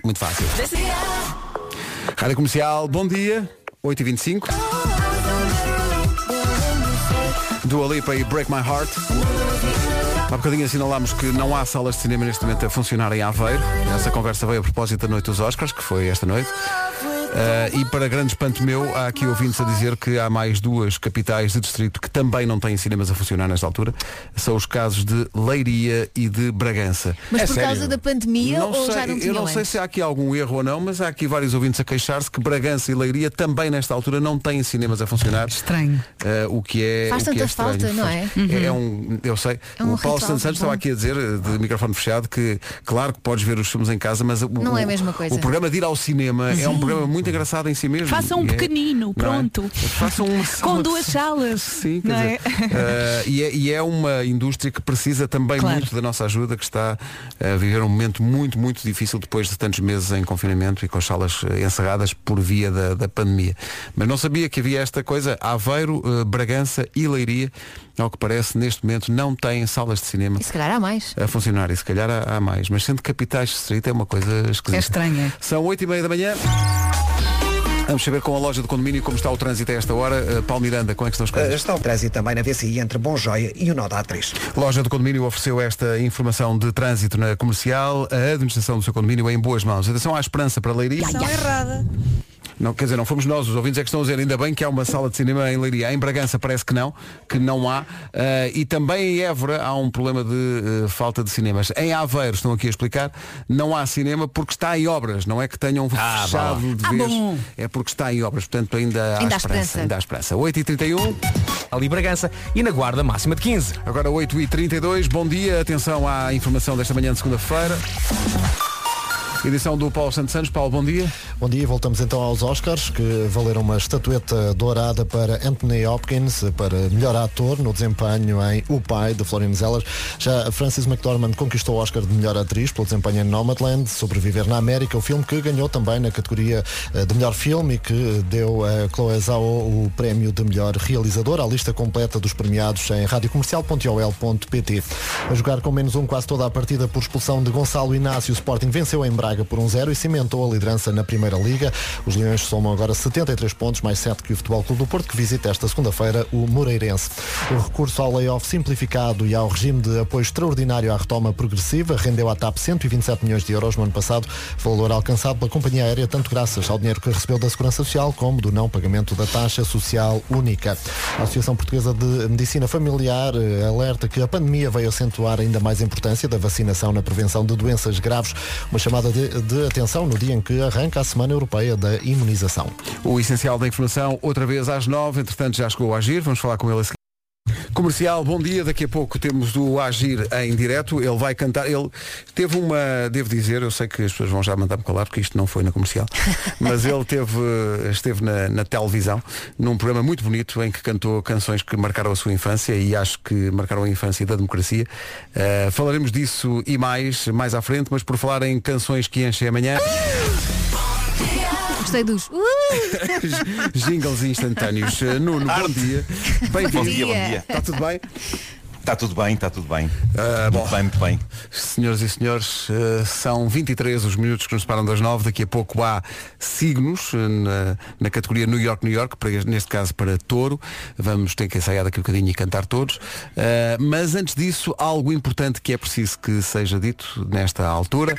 S7: muito fácil. Rádio Comercial, bom dia. 8h25. Dua Lipa e Break My Heart. Há bocadinho assinalámos que não há salas de cinema neste momento a funcionar em Aveiro. Essa conversa veio a propósito da Noite dos Oscars, que foi esta noite. Ah, e para grande espanto meu, há aqui ouvintes a dizer que há mais duas capitais de distrito que também não têm cinemas a funcionar nesta altura. São os casos de Leiria e de Bragança.
S11: Mas por causa da pandemia
S7: É Não
S11: ou
S7: sei,
S11: já não
S7: eu
S11: tinham
S7: não sei
S11: antes?
S7: se há aqui algum erro ou não, mas há aqui vários ouvintes a queixar-se que Bragança e Leiria também nesta altura não têm cinemas a funcionar.
S1: Estranho.
S7: o que é.
S11: Faz
S7: o que
S11: tanta
S7: é estranho.
S11: falta, não é?
S7: Faz- É um, eu sei.
S11: É um
S7: o Paulo
S11: ritual
S7: Santos Santos
S11: bom.
S7: estava aqui a dizer, eh, de microfone fechado, que claro que podes ver os filmes em casa, mas o,
S11: Não é a
S7: o-
S11: mesma coisa.
S7: O programa de ir ao cinema é um programa muito engraçado em si mesmo.
S1: Façam um
S7: E é-
S1: pequenino,
S7: não é?
S1: pronto.
S7: Façam um
S1: Com duas salas. é? Sim,
S7: Quer dizer,
S11: é?
S7: eh, e, é, e é uma indústria que precisa também
S1: Claro.
S7: muito da nossa ajuda, que está a viver um momento muito, muito difícil depois de tantos meses em confinamento e com as salas eh, encerradas por via da, da pandemia. Mas não sabia que havia esta coisa. Aveiro, eh, Bragança e Leiria, ao que parece, neste momento não têm salas de cinema
S11: Se calhar há mais.
S7: a funcionar e se calhar há, há mais. Mas sendo capitais de distrito é uma coisa esquisita.
S11: É estranho, é.
S7: São 8 e meia da manhã. Vamos saber com a loja de condomínio como está o trânsito a esta hora. Eh, Paulo Miranda, como é que estão as coisas?
S4: Uh, Está o trânsito também na VCI entre Bom Joia e o Nó da A3.
S7: Loja do Condomínio ofereceu esta informação de trânsito na comercial. A administração do seu condomínio é em boas mãos. Atenção à esperança para Leiria.
S14: errada.
S7: Não, quer dizer, não fomos nós, os ouvintes é que estão a dizer ainda bem que há uma sala de cinema em Leiria. Em Bragança parece que não, que não há. Ah, e também em Évora há um problema de eh, falta de cinemas. Em Aveiro, estão aqui a explicar, não há cinema porque está em obras. Não é que tenham
S12: Ah,
S7: fechado
S12: vá lá.
S7: de
S12: Ah,
S7: vez.
S12: bom.
S7: é porque está em obras. Portanto, ainda há
S12: Ainda há
S7: esperança.
S12: esperança.
S7: Ainda há esperança. 8h31.
S12: Ali Bragança e na guarda máxima de 15.
S7: Agora 8h32, bom dia, atenção à informação desta manhã de segunda-feira. Edição do Paulo Santos Santos. Paulo, bom dia.
S2: Bom dia, voltamos então aos Oscars, que valeram uma estatueta dourada para Anthony Hopkins, para melhor ator no desempenho em O Pai, de Florian Zeller. Já Frances McDormand conquistou o Oscar de melhor atriz pelo desempenho em Nomadland, Sobreviver na América, o filme que ganhou também na categoria eh, de melhor filme e que deu a Chloe Zhao o prémio de melhor realizador. A lista completa dos premiados em radiocomercial.ol.pt. A jogar com menos um quase toda a partida por expulsão de Gonçalo Inácio, o Sporting venceu em Braga por 1-0 e cimentou a liderança na Primeira Liga. Os Leões somam agora 73 pontos, mais 7 que o Futebol Clube do Porto, que visita esta segunda-feira o Moreirense. O recurso ao layoff simplificado e ao regime de apoio extraordinário à retoma progressiva rendeu à TAP 127 milhões de euros no ano passado, valor alcançado pela companhia aérea tanto graças ao dinheiro que recebeu da Segurança Social como do não pagamento da taxa social única. A Associação Portuguesa de Medicina Familiar eh, alerta que a pandemia veio acentuar ainda mais a importância da vacinação na prevenção de doenças graves. Uma chamada de, de atenção no dia em que arranca a Semana Europeia da Imunização.
S7: O essencial da informação, outra vez às 9, entretanto já chegou a agir, vamos falar com ele a seguir. Comercial, bom dia. Daqui a pouco temos o Agir em direto. Ele vai cantar. Ele teve uma, devo dizer, eu sei que as pessoas vão já mandar-me calar porque isto não foi na comercial, mas ele teve, esteve na, na televisão num programa muito bonito em que cantou canções que marcaram a sua infância e acho que marcaram a infância da democracia. Uh, falaremos disso e mais mais à frente, mas por falar em canções que enchem amanhã.
S11: Gostei dos. Uh!
S7: Jingles instantâneos. Uh, Nuno, bom Eh, dia. Bem-vindo. É.
S11: Bom dia, bom dia.
S7: Está tudo bem?
S14: Está Tá, tudo bem, está tudo bem. muito bem, muito bem.
S7: Senhoras e senhores, eh, são 23 os minutos que nos separam das 9. Daqui a pouco há signos eh, na, na categoria New York, New York, para, este- neste caso para touro. Vamos ter que ensaiar daqui a bocadinho e cantar todos. Eh, mas antes disso, algo importante que é preciso que seja dito nesta altura.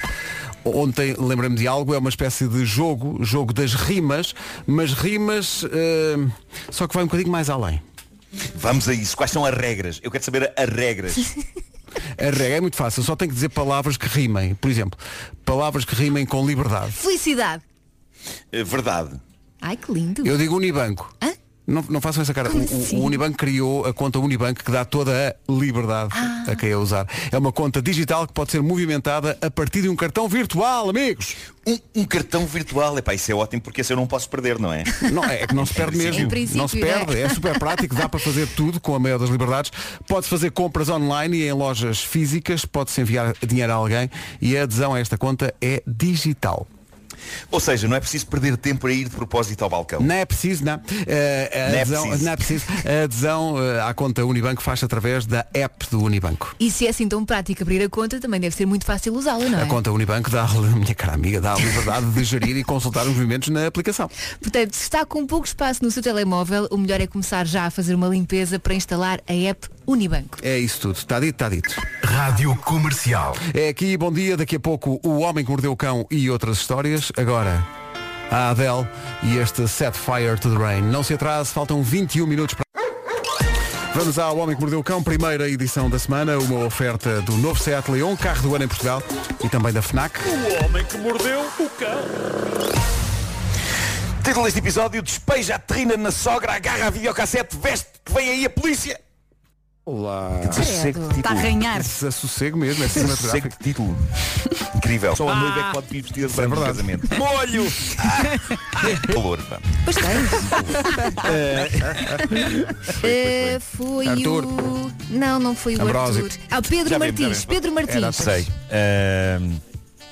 S7: Ontem lembrei-me de algo, é uma espécie de jogo, jogo das rimas, mas rimas eh, só que vai um bocadinho mais além.
S14: Vamos a isso. Quais são as regras? Eu quero saber as regras.
S7: A regra é muito fácil, só tem que dizer palavras que rimem. Por exemplo, palavras que rimem com liberdade.
S11: Felicidade.
S14: Eh, Verdade.
S11: Ai, que lindo.
S7: Eu digo Unibanco. Não, não façam essa cara. O,
S11: Como
S7: o-
S11: assim?
S7: o Unibanco criou a conta Unibanco que dá toda a liberdade a quem a usar. É uma conta digital que pode ser movimentada a partir de um cartão virtual, amigos.
S14: Um, um cartão virtual, epá, isso é ótimo porque esse eu não posso perder, não é?
S7: Não, é que não se perde mesmo. Não se perde, é super prático, dá para fazer tudo com a maior das liberdades. Pode-se fazer compras online e em lojas físicas, pode-se enviar dinheiro a alguém e a adesão a esta conta é digital.
S14: Ou seja, não é preciso perder tempo a ir de propósito ao balcão.
S7: Não é preciso, não. Eh, a
S14: Não é
S7: adesão,
S14: preciso.
S7: não é preciso. A adesão eh, à conta Unibanco faz através da app do Unibanco.
S5: E se é assim tão prático abrir a conta, também deve ser muito fácil usá-la, não
S7: A
S5: é?
S7: conta Unibanco dá, minha cara amiga, dá a liberdade de gerir e consultar os movimentos na aplicação.
S5: Portanto, se está com pouco espaço no seu telemóvel, o melhor é começar já a fazer uma limpeza para instalar a app Unibanco.
S7: É isso tudo. Está dito, está dito. Rádio Comercial. É aqui, bom dia. Daqui a pouco, O Homem que Mordeu o Cão e outras histórias. Agora, a Adele e este Set Fire to the Rain. Não se atrase, faltam 21 minutos para... Vamos ao Homem que Mordeu o Cão, primeira edição da semana, uma oferta do novo Seat Leon, carro do ano em Portugal e também da FNAC.
S14: O homem que mordeu o cão. Título deste episódio, despeja a trina na sogra, agarra a videocassete, veste que vem aí a polícia.
S7: Olá.
S14: Que desassossego de título.
S1: Tá
S14: Está a arranhar.
S7: Desassossego mesmo, é cinematográfico.
S14: Desassossego de título. Incrível. Só a
S7: Ah.
S14: noiva é que pode vir vestida de
S7: Isso é
S14: branco no
S7: verdade.
S14: casamento. Molho! Calor, pá.
S5: Pois
S11: Eh, foi
S14: É, Arthur.
S11: o. Não, não foi o
S14: Ambrósio.
S11: Arthur. Ah, Pedro
S14: Já vimos, já
S11: Martins.
S14: vimos.
S11: Pedro Martins.
S14: Era, sei. Ahm,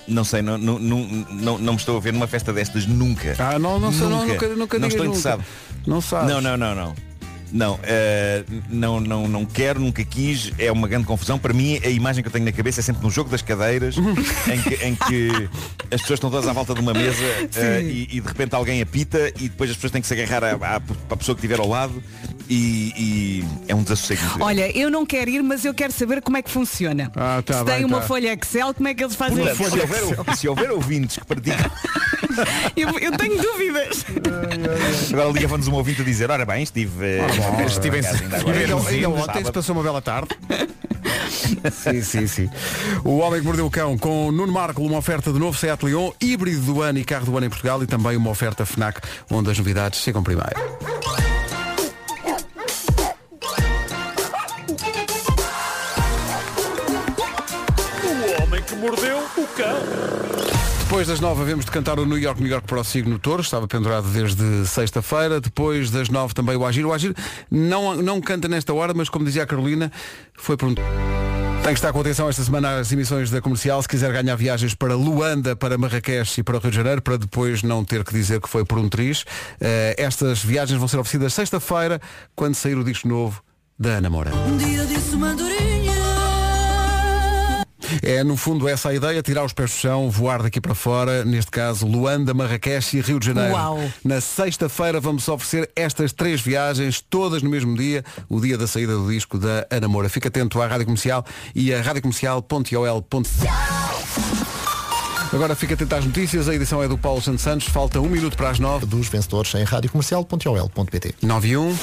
S14: não sei, não, não, não, não, não me estou a ver numa festa destas nunca.
S7: Ah, não, não sei,
S14: nunca.
S7: não, nunca- nunca
S14: não
S7: digas
S14: estou
S7: nunca.
S14: interessado.
S7: Não sabes.
S14: Não, não, não, não. Não, eh, não, não, não quero, nunca quis, é uma grande confusão. Para mim, a imagem que eu tenho na cabeça é sempre num jogo das cadeiras, em, que, em que as pessoas estão todas à volta de uma mesa eh,
S15: Sim.
S14: e, e de repente alguém apita e depois as pessoas têm que se agarrar à, à- à pessoa que estiver ao lado e, e é um desassossego. muito grande.
S1: Olha, eu não quero ir, mas eu quero saber como é que funciona.
S14: Ah, tá
S1: Se
S14: bem,
S1: tem uma
S14: tá.
S1: folha Excel, como é que eles fazem
S14: Portanto,
S1: isso?
S14: se, houver, se houver ouvintes que praticam
S1: eu, eu tenho dúvidas.
S14: Agora ligava-nos um ouvinte a dizer, ora bem, estive, eh,
S7: Estive em
S14: casa ainda agora,
S7: Ainda-
S14: no
S7: ainda
S14: Zinho,
S7: ontem se
S14: sábado.
S7: passou uma bela tarde. sim, sim, sim. O Homem que Mordeu o Cão com o Nuno Marco, uma oferta de novo Seat Leon, híbrido do ano e carro do ano em Portugal e também uma oferta FNAC, onde as novidades chegam primeiro.
S15: O homem que mordeu o cão.
S7: Depois das nove havemos de cantar o New York, New York para o signo touro, estava pendurado desde sexta-feira. Depois das nove também o Agir. O Agir não, não canta nesta hora, mas como dizia a Carolina, foi por um... Tem que estar com atenção esta semana às emissões da comercial se quiser ganhar viagens para Luanda, para Marrakech e para o Rio de Janeiro, para depois não ter que dizer que foi por um triz. Eh, estas viagens vão ser oferecidas sexta-feira, quando sair o disco novo da Ana Moura.
S8: Um dia disse uma andorinha
S7: É, no fundo, essa a ideia, tirar os pés do chão, voar daqui para fora, neste caso Luanda, Marrakech e Rio de Janeiro.
S15: Uau.
S7: Na sexta-feira vamos oferecer estas três viagens, todas no mesmo dia, o dia da saída do disco da Ana Moura. Fica atento à Rádio Comercial e a radiocomercial.ol.pt Agora fica atento às notícias, a edição é do Paulo Santos Santos, falta um minuto para as nove.
S2: Dos vencedores em radiocomercial.ol.pt
S7: 9 e 1.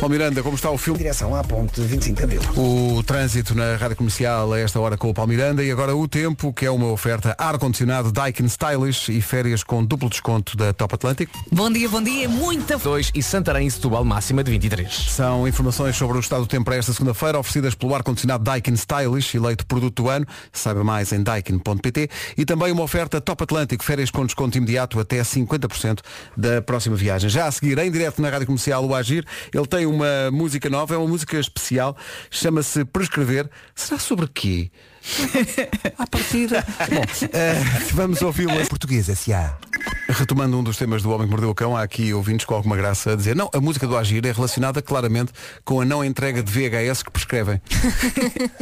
S7: Bom, Miranda, como está o filme?
S4: Direção à ponte 25 de Abril.
S7: O trânsito na rádio comercial a esta hora com o Palmiranda e agora o tempo, que é uma oferta ar-condicionado Daikin Stylish e férias com duplo desconto da Top Atlântico.
S1: Bom dia, bom dia, muita
S12: 2 e Santarém e Setúbal máxima de 23.
S7: São informações sobre o estado do tempo para esta segunda-feira, oferecidas pelo ar-condicionado Daikin Stylish, eleito produto do ano. Saiba mais em daikin.pt e também uma oferta Top Atlântico, férias com desconto imediato até 50% da próxima viagem. Já a seguir, em direto na Rádio Comercial, o Agir, ele tem uma música nova, é uma música especial, chama-se Prescrever. Será sobre quê? À partida. Bom, eh, vamos ouvi-lo em português, S.A. Retomando um dos temas do Homem que Mordeu o Cão, há aqui ouvintes com alguma graça a dizer não, a música do Agir é relacionada claramente com a não entrega de VHS que prescrevem.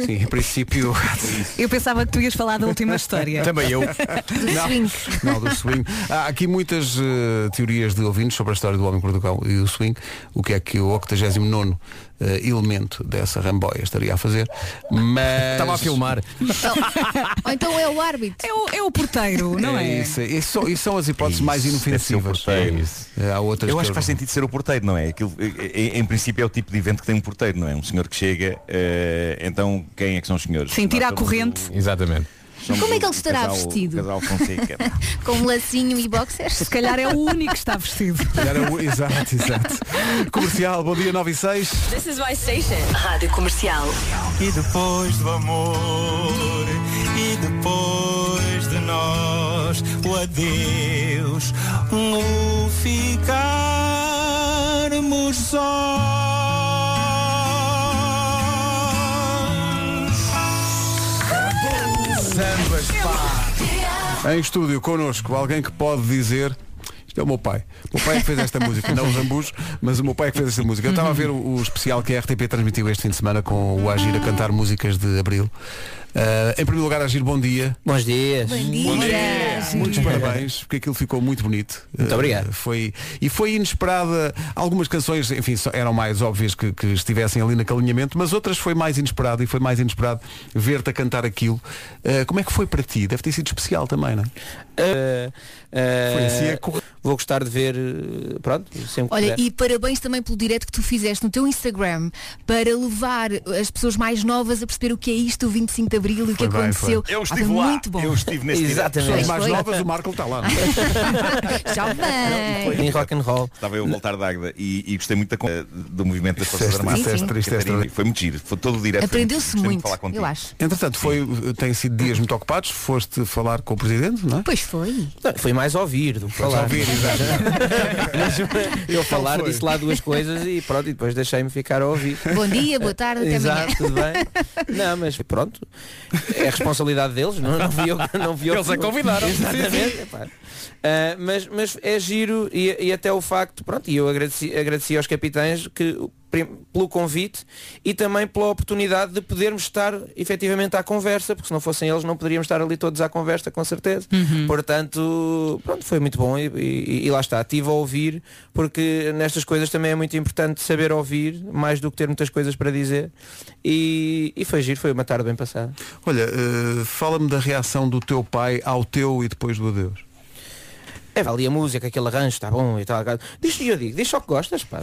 S7: Sim, em princípio...
S1: Eu pensava que tu ias falar da última história.
S7: Também eu.
S1: não.
S7: Não, do swing. Há aqui muitas eh, teorias de ouvintes sobre a história do Homem que Mordeu o Cão e o swing. O que é que o 89 eh, elemento dessa ramboia estaria a fazer. Mas...
S12: Estava a filmar.
S11: Ou então é o árbitro.
S1: É o, é o porteiro, não é?
S7: isso, isso, são- É isso são as hipóteses mais inofensivas. É, Há outras
S14: Eu acho
S7: eu-
S14: que faz sentido ser o porteiro, não é? Aquilo, eh, em, em princípio é o tipo de evento que tem um porteiro, não é? Um senhor que chega, eh, então quem é que são os senhores?
S11: Sim, tira
S14: Nós
S11: a
S14: somos
S11: corrente.
S14: o- Exatamente.
S11: Como é que ele estará
S14: casal,
S11: vestido?
S14: o Casal Fonseca.
S11: Com um lacinho e boxers? Se
S1: calhar é o único que está vestido.
S7: Era o- Exato, exato. Comercial, bom dia 9 e 6.
S13: This is my station. Rádio Comercial.
S16: E depois do amor, e depois de nós, o
S11: Ah,
S16: adeus, o ficarmos sós.
S7: Sambas, Em estúdio connosco, alguém que pode dizer. Isto é o meu pai. O meu pai é que fez esta música, não os ambus, mas o meu pai é que fez esta música. Eu estava a ver o, o especial que a RTP transmitiu este fim de semana com o Agir a cantar músicas de Abril. Ah, em primeiro lugar, Agir, bom dia. Bons dias.
S17: Bom dia. Bom dia. Agir.
S7: Muitos parabéns, porque aquilo ficou muito bonito.
S17: Muito
S7: Ah,
S17: obrigado.
S7: foi, e foi inesperada. Algumas canções, enfim, só- eram mais óbvias que, que estivessem ali naquele alinhamento, mas outras foi mais inesperado e foi mais inesperado ver-te a cantar aquilo. Ah, como é que foi para ti? Deve ter sido especial também, não é?
S17: Eh, eh,
S7: Foi assim a correr.
S17: Vou gostar de ver, eh, pronto, sempre que
S5: Olha,
S7: Né?
S17: puder.
S5: e parabéns também pelo direto que tu fizeste no teu Instagram para levar as pessoas mais novas a perceber o que é isto, o 25 de Abril e o que
S7: Foi bem,
S5: aconteceu.
S7: foi. Eu
S11: tá
S5: Ah, foi
S7: estive lá.
S5: Muito bom.
S7: Eu estive nesse direto. Exatamente. Pessoas mais
S5: Foi.
S7: novas, o Marco está lá, não é?
S5: Já vem.
S17: Em rock and roll.
S14: Estava eu a voltar da Águeda e, e gostei muito da, con- eh, do movimento
S17: é
S14: das Forças
S7: Disseste-
S14: Armadas.
S7: disseste, Sim, sim. triste,
S14: Catarina, Foi muito giro. Foi todo o direto. foi
S5: Aprendeu-se
S14: gostei de
S5: muito,
S14: falar contigo.
S5: eu acho.
S7: Entretanto, foi, tem sido dias muito ocupados, foste falar com o Presidente, não é?
S5: Pois foi.
S17: Não, Foi mais ouvir do que
S7: Foi
S17: falar.
S7: ouvir, exato.
S17: Mas eu falar
S7: foi.
S17: disse lá duas coisas e pronto, e depois deixei-me ficar a ouvir.
S5: Bom dia, boa tarde, até amanhã.
S17: Exato, tudo bem. Não, mas pronto. É a responsabilidade deles, não, não fui eu, não fui eu
S12: Eles
S17: que-
S12: a convidaram. Sim,
S17: Exatamente.
S12: sim.
S17: epá. Ah, mas, mas é giro e, e até o facto, pronto, e eu agradeci, agradeci aos capitães que, prim- pelo convite e também pela oportunidade de podermos estar efetivamente à conversa, porque se não fossem eles não poderíamos estar ali todos à conversa, com certeza. Portanto, pronto, foi muito bom e, e- e lá está, estive a ouvir, porque nestas coisas também é muito importante saber ouvir, mais do que ter muitas coisas para dizer. E, e foi giro, foi uma tarde bem passada.
S7: Olha, eh, fala-me da reação do teu pai ao teu e depois do adeus.
S17: É, ali a música, aquele arranjo, está bom e tal. Diz, eu digo, diz só que gostas, pá.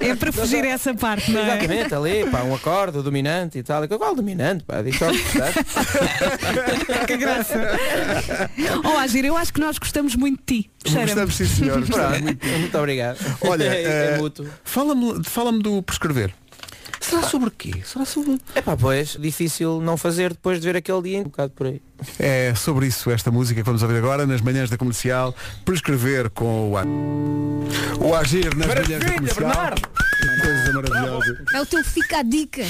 S1: É para fugir a essa parte, não é?
S17: Exatamente, ali, pá, um acorde, o dominante e tal. Eu, Qual dominante, pá? Diz só que gostaste.
S1: Que graça. Oh, Agir, eu acho que nós gostamos muito de ti. Cheira-me.
S7: Gostamos, sim, senhor. Gostamos
S17: Pronto, muito obrigado.
S7: Olha,
S17: é,
S7: eh,
S17: mútuo. Ah.
S7: fala-me fala do prescrever. Será sobre quê? Será sobre...
S17: É pá, pois, difícil não fazer depois de ver aquele dia, um bocado por aí.
S7: É sobre isso esta música que vamos ouvir agora nas manhãs da comercial, prescrever com o A. O agir nas manhãs da comercial. Que Coisa maravilhosa.
S11: É o teu fica a dica.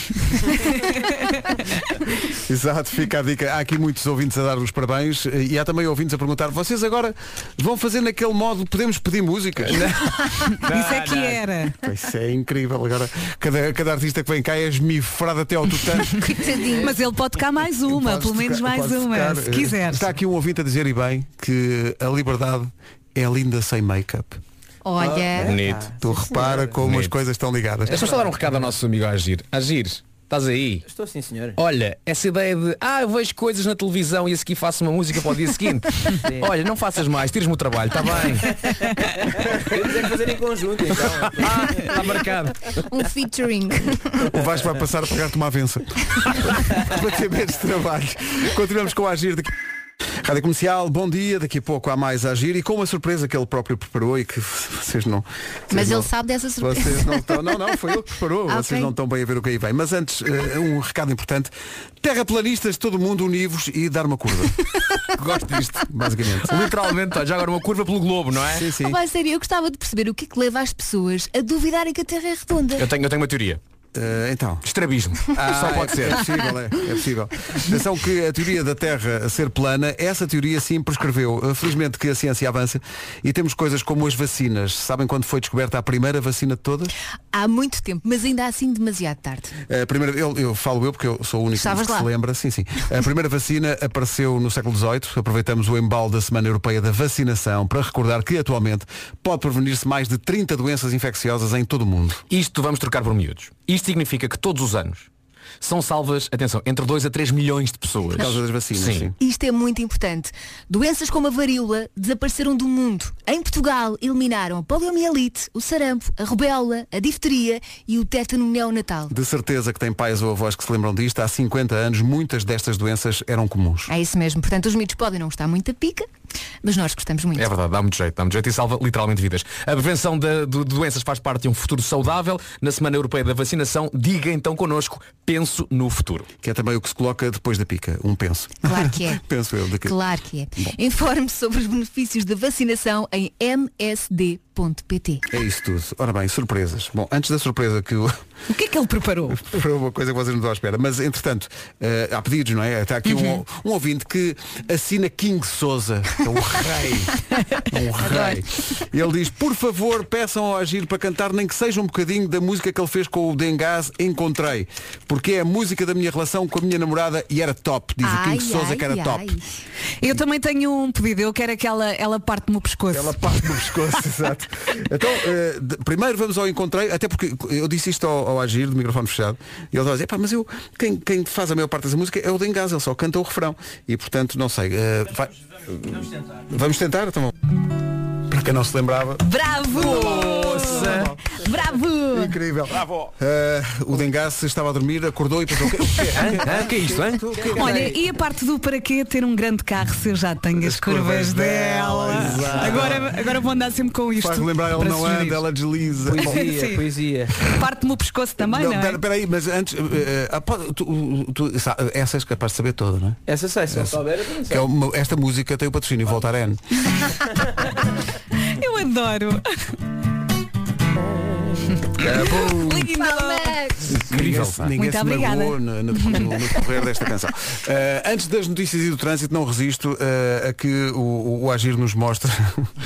S7: Exato, fica a dica. Há aqui muitos ouvintes a dar os parabéns eh, e há também ouvintes a perguntar, vocês agora vão fazer naquele modo, podemos pedir músicas?
S1: Isso é que era.
S7: Isso é incrível. Agora, cada, cada artista que vem cá é esmifrado até ao tutano.
S1: Coitadinho. Mas ele pode tocar mais uma, pelo menos mais
S7: Podes
S1: uma,
S7: tocar.
S1: se quiser.
S7: Está aqui um ouvinte a dizer e bem que a liberdade é linda sem make-up.
S5: Olha.
S7: Bonito. Tu repara como as coisas estão ligadas.
S12: Deixa-me só dar um recado ao nosso amigo Agir. Agir, estás aí?
S17: Estou sim, senhor.
S12: Olha, essa ideia de ah, eu vejo coisas na televisão e a seguir faço uma música para o dia seguinte. Olha, não faças mais, tiras-me o trabalho, está bem.
S17: Temos é que fazer em conjunto, então.
S12: Está Ah, tá marcado.
S5: Um featuring.
S12: um-
S7: O Vasco vai passar a pagar-te uma avença. Para ter menos trabalho. Continuamos com o Agir daqui. Rádio Comercial, bom dia. Daqui a pouco há mais a Agir e com uma surpresa que ele próprio preparou e que vocês não. vocês
S5: Mas
S7: não-
S5: ele sabe dessa surpresa.
S7: Vocês não estão. Não, não, foi ele que preparou.
S5: Ah,
S7: Vocês
S5: ok.
S7: não estão bem a ver o que aí vem. Mas antes, eh, um recado importante. Terraplanistas, todo mundo univos e dar uma curva. Gosto disto, basicamente.
S12: Literalmente, já agora uma curva pelo globo, não é?
S7: Sim, sim.
S5: Opa, sério, eu gostava de perceber o que é que leva as pessoas a duvidarem que a Terra é redonda.
S12: Eu tenho, eu tenho uma teoria.
S7: Eh, então.
S12: Estrabismo.
S7: Só
S12: Só pode
S7: pode
S12: ser.
S7: É possível, é, é possível. Atenção que a teoria da Terra ser plana, essa teoria sim prescreveu. Eh, Felizmente que a ciência avança e temos coisas como as vacinas. Sabem quando foi descoberta a primeira vacina de todas?
S5: Há muito tempo, mas ainda assim demasiado tarde.
S7: A primeira, eu, eu falo eu porque eu sou o único
S5: Estavas
S7: que
S5: lá.
S7: se lembra. Sim, sim. A primeira vacina apareceu no século XVIII. Aproveitamos o embalo da Semana Europeia da Vacinação para recordar que atualmente pode prevenir-se mais de 30 doenças infecciosas em todo o mundo.
S12: Isto vamos trocar por miúdos. Isto significa que todos os anos são salvas, atenção, entre 2 a 3 milhões de pessoas.
S7: Por causa das vacinas, sim.
S5: Isto é muito importante. Doenças como a varíola desapareceram do mundo. Em Portugal, eliminaram a poliomielite, o sarampo, a rubéola, a difteria e o tétano neonatal.
S7: De certeza que tem pais ou avós que se lembram disto. Há 50 anos muitas destas doenças eram comuns.
S5: É isso mesmo. Portanto, os mitos podem não gostar muito da pica, mas nós gostamos muito.
S12: É verdade, dá muito jeito, dá muito jeito e salva literalmente vidas. A prevenção da- de, de doenças faz parte de um futuro saudável. Na Semana Europeia da Vacinação, diga então connosco, penso no futuro.
S7: Que é também o que se coloca depois da pica, um penso.
S5: Claro que é.
S7: penso eu. Daqui.
S5: Claro que é. Informe-se sobre os benefícios da vacinação em msd.pt.
S7: É isso tudo. Ora bem, surpresas. Bom, antes da surpresa que o...
S1: O que é que ele preparou?
S7: Preparou uma coisa que vocês não estão à espera. Mas, entretanto, eh, há pedidos, não é? Está aqui um-
S12: Uhum.
S7: um, ouvinte que assina King Souza. É um rei. É um rei. Ele diz, por favor, peçam ao Agir para cantar nem que seja um bocadinho da música que ele fez com o Dengaz Encontrei. Porque é a música da minha relação com a minha namorada e era top. Diz o King Souza que era top.
S1: Eu também tenho um pedido, eu quero é que ela, ela parte-me o pescoço.
S7: Ela parte no pescoço, exato. Então, eh, de- primeiro vamos ao encontrei, até porque eu disse isto ao, ao agir, do microfone fechado, e ele estava a dizer, "Epá, mas eu, quem, quem faz a maior parte dessa música é o Dengás, ele só canta o refrão. E portanto, não sei. eh, vai- vamos tentar. então. bom. Para quem não se lembrava.
S1: Bravo! Bravo!
S7: Incrível. Bravo! o Dengás estava a dormir, acordou e pensou, o que, o que,
S17: Ah,
S12: Hã? Hã? O que é isto, hã?
S1: Olha, e a parte do para quê ter um grande carro se eu já tenho as, curvas,
S7: curvas
S1: dela?
S7: dela, exato.
S1: Agora, agora vou andar sempre com isto.
S7: Faz-me lembrar, ele
S1: para
S7: não
S1: sugerir.
S7: anda, ela desliza.
S1: Poesia, Sim.
S7: poesia.
S1: Parte-me o pescoço também, não,
S7: Não,
S1: é?
S7: pera- peraí, mas antes, eh, eh, ah, pode- tu- tu- sa- essa és capaz de saber toda, não é?
S17: Essa sei, se não
S7: Essa.
S17: souber, eu também
S7: Que é uma- esta música tem o patrocínio Voltar N.
S1: Eu adoro. Lindo.
S7: Ninguém, se- ninguém
S1: Muito
S7: se
S1: obrigada.
S7: magoou no, no- no- no decorrer desta canção. Eh, antes das notícias e do trânsito, não resisto eh, a que o, o- o Agir nos mostre.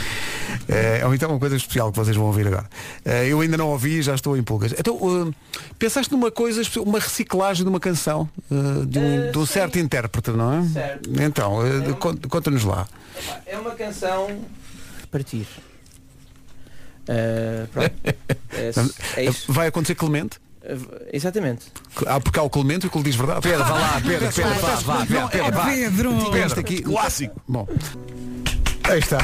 S7: eh, ou então uma coisa especial que vocês vão ouvir agora. Eh, eu ainda não ouvi e já estou em pulgas. Então, eh, pensaste numa coisa, espe- uma reciclagem de uma canção eh, de, um, de um certo intérprete, não é?
S17: Certo.
S7: Então, eh, cont- conta-nos lá.
S17: É uma canção partir. Ah, pronto. É, é isso.
S7: Vai acontecer Clemente?
S17: Ah, Exatamente.
S7: Ah, porque há o Clemente e o que ele diz verdade.
S17: Pedro, vá lá, Pedro,
S7: Peço
S17: Pedro, vá,
S7: desculpa, peço
S17: vá,
S7: desculpa. Não,
S17: Pedro,
S7: é
S17: vá.
S7: Pedro.
S17: Pedro.
S7: Pedro. Isto aqui. Clássico. Bom. Aí está.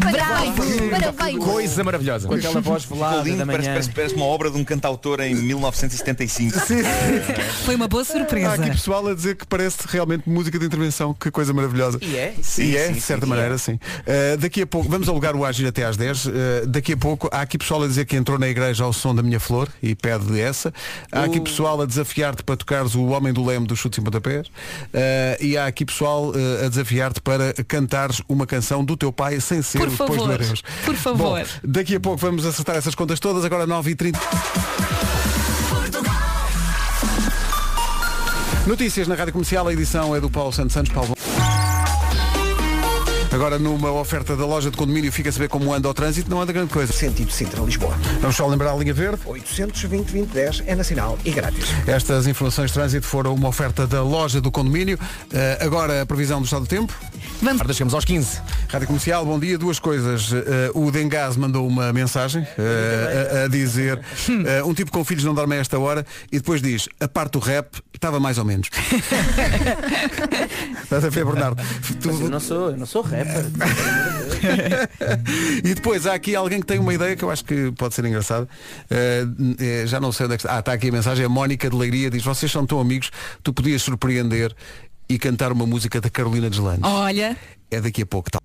S5: Parabéns! Parabéns!
S12: Coisa maravilhosa.
S17: Com aquela voz velada
S14: Lindo,
S17: da
S14: parece,
S17: manhã.
S14: parece- parece uma obra de um cantautor em 1975.
S1: Foi uma boa
S7: Há aqui
S1: surpresa.
S7: pessoal a dizer Ah, que parece realmente música de intervenção, que coisa maravilhosa.
S17: E é?
S7: Sim,
S17: Sim,
S7: é,
S17: sim,
S7: de certa
S17: sim,
S7: maneira,
S17: é.
S7: sim. Uh, daqui a pouco, vamos alugar o Agir até às 10. Uh, daqui a pouco, há aqui pessoal a dizer que entrou na igreja ao som da minha flor e pede essa. Há aqui pessoal a desafiar-te para tocares o Homem do Leme dos Chutes e Pontapés. Uh, e há aqui pessoal uh, a desafiar-te para cantares uma canção do teu pai sem ser
S1: Por
S7: o depois do
S1: favor,
S7: Areus.
S1: por favor.
S7: Bom, daqui a pouco vamos acertar essas contas todas, agora 9h30. Notícias na Rádio Comercial, a edição é do Paulo Santos Santos. Paulo. Agora numa oferta da loja de condomínio fica a saber como anda o trânsito, não anda grande coisa.
S4: Sentido Sintra-Lisboa.
S7: Vamos só lembrar a linha verde.
S4: 820 2010 é nacional e grátis.
S7: Estas informações de trânsito foram uma oferta da loja do condomínio. Eh, agora a previsão do estado do tempo.
S1: Vamos.
S7: Agora chegamos aos 15. Rádio Comercial, bom dia. Duas coisas. Eh, o Dengaz mandou uma mensagem eh, a, a dizer eh, um tipo com filhos não dorme a esta hora e depois diz a parte do rap estava mais ou menos. Estás a ver, Bernardo? Tu-
S17: Mas eu não sou, eu não sou rapper.
S7: e depois há aqui alguém que tem uma ideia que eu acho que pode ser engraçado. Eh, eh, já não sei onde é que está. Ah, está aqui a mensagem. A Mónica de Leiria diz, vocês são tão amigos, tu podias surpreender e cantar uma música da Carolina Deslandes.
S1: Olha,
S7: É daqui a pouco, tal.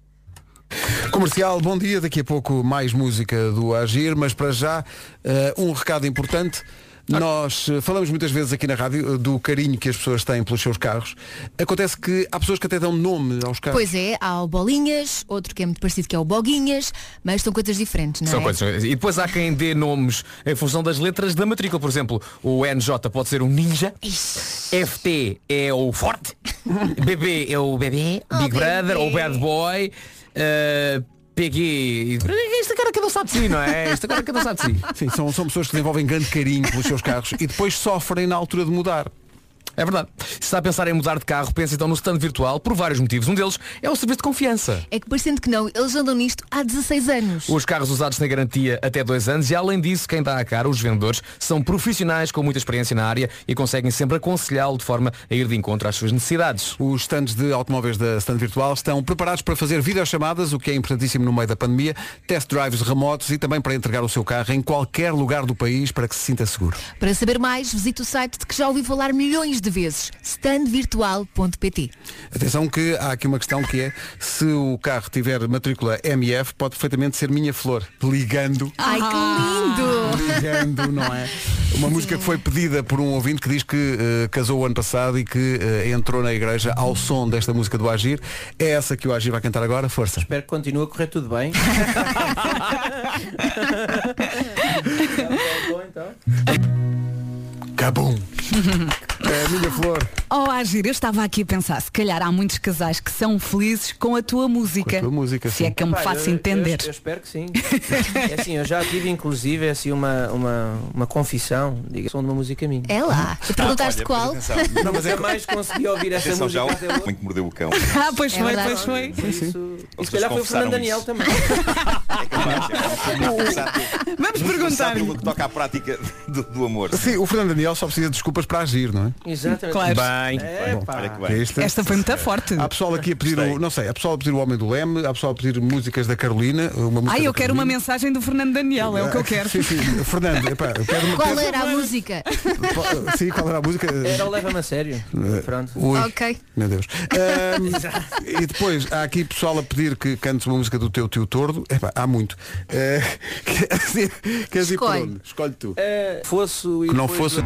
S7: Comercial, bom dia. Daqui a pouco mais música do Agir, mas para já eh, um recado importante. Nós eh, falamos muitas vezes aqui na rádio eh, do carinho que as pessoas têm pelos seus carros. Acontece que há pessoas que até dão nome aos carros.
S5: Pois é, há o Bolinhas, outro que é muito parecido que é o Boguinhas, mas são coisas diferentes, não
S12: São
S5: é?
S12: coisas. E depois há quem dê nomes em função das letras da matrícula. Por exemplo, o NJ pode ser um ninja, FT é o forte, BB é o bebê,
S16: Oh,
S12: Big Brother
S16: bebê.
S12: ou Bad Boy, eh, PG. Isto agora cada um sabe de si, não é? Isto agora cada um sabe de si.
S7: Sim, são, são pessoas que desenvolvem grande carinho pelos seus carros e depois sofrem na altura de mudar.
S12: É verdade. Se está a pensar em mudar de carro, pensa então no stand virtual por vários motivos. Um deles é o serviço de confiança.
S5: É que parecendo que não, eles andam nisto há 16 anos.
S12: Os carros usados têm garantia até dois anos e além disso, quem dá a cara, os vendedores, são profissionais com muita experiência na área e conseguem sempre aconselhá-lo de forma a ir de encontro às suas necessidades.
S7: Os stands de automóveis da Stand Virtual estão preparados para fazer videochamadas, o que é importantíssimo no meio da pandemia, test drives remotos e também para entregar o seu carro em qualquer lugar do país para que se sinta seguro.
S5: Para saber mais, visite o site de que já ouvi falar milhões de vezes, standvirtual.pt.
S7: Atenção que há aqui uma questão que é se o carro tiver matrícula MF, pode perfeitamente ser Minha Flor, ligando.
S5: Ai, que lindo!
S7: Ligando, não é? Uma música que foi pedida por um ouvinte que diz que eh, casou o ano passado e que eh, entrou na igreja ao som desta música do Agir. É essa que o Agir vai cantar agora, força.
S17: Espero que continue a correr tudo bem. Então, tá então.
S7: Cabum! É a minha flor.
S1: Oh, Agir, eu estava aqui a pensar, se calhar há muitos casais que são felizes com a tua música.
S7: tua música,
S1: se é que eu me
S17: Epá,
S1: faço
S17: eu-
S1: entender.
S17: Eu, eu espero que sim. É assim, eu já tive inclusive assim, uma, uma, uma confissão, diga som de uma música minha.
S5: É lá.
S14: Tu perguntaste Olha, qual? mas atenção.
S17: Não, mas é mais consegui ouvir essa
S14: Atenção, já
S17: música.
S14: o
S17: até hoje.
S14: homem que mordeu o cão.
S1: Ah, pois
S17: É
S1: foi,
S17: verdade.
S1: pois foi.
S17: E
S14: Vocês
S17: se calhar foi o
S14: confessaram
S17: Fernando Daniel
S14: isso.
S17: também.
S14: é
S1: Vamos
S14: perguntar. que toca à prática do, do amor.
S7: Sim, o Fernando Daniel só precisa de desculpas para agir, não é?
S14: Exatamente.
S7: Claro.
S14: Bem,
S7: Bom,
S14: olha que bem.
S7: esta,
S1: Esta foi muito forte.
S7: Há pessoal aqui a pedir, o, não sei, há pessoal a pedir o Homem do Leme, há pessoal a pedir músicas da Carolina, uma música
S1: Ai, eu
S7: da
S1: quero uma
S7: Carolina.
S1: mensagem do Fernando Daniel, é o que eu quero.
S7: Sim, sim, Fernando, epá, eu quero uma
S5: Qual era a música?
S7: quero- Sim, qual era a música?
S17: Era o leva-me a sério. Pronto.
S7: Ui,
S5: Ok.
S7: Meu Deus. Ahm, e depois há aqui pessoal a pedir que cantes uma música do teu tio Tordo. Epá, há muito. Eh, quer- queres ir por
S17: Escolhe.
S7: onde? Escolhe tu.
S17: Eh, fosse o
S7: Que não fosse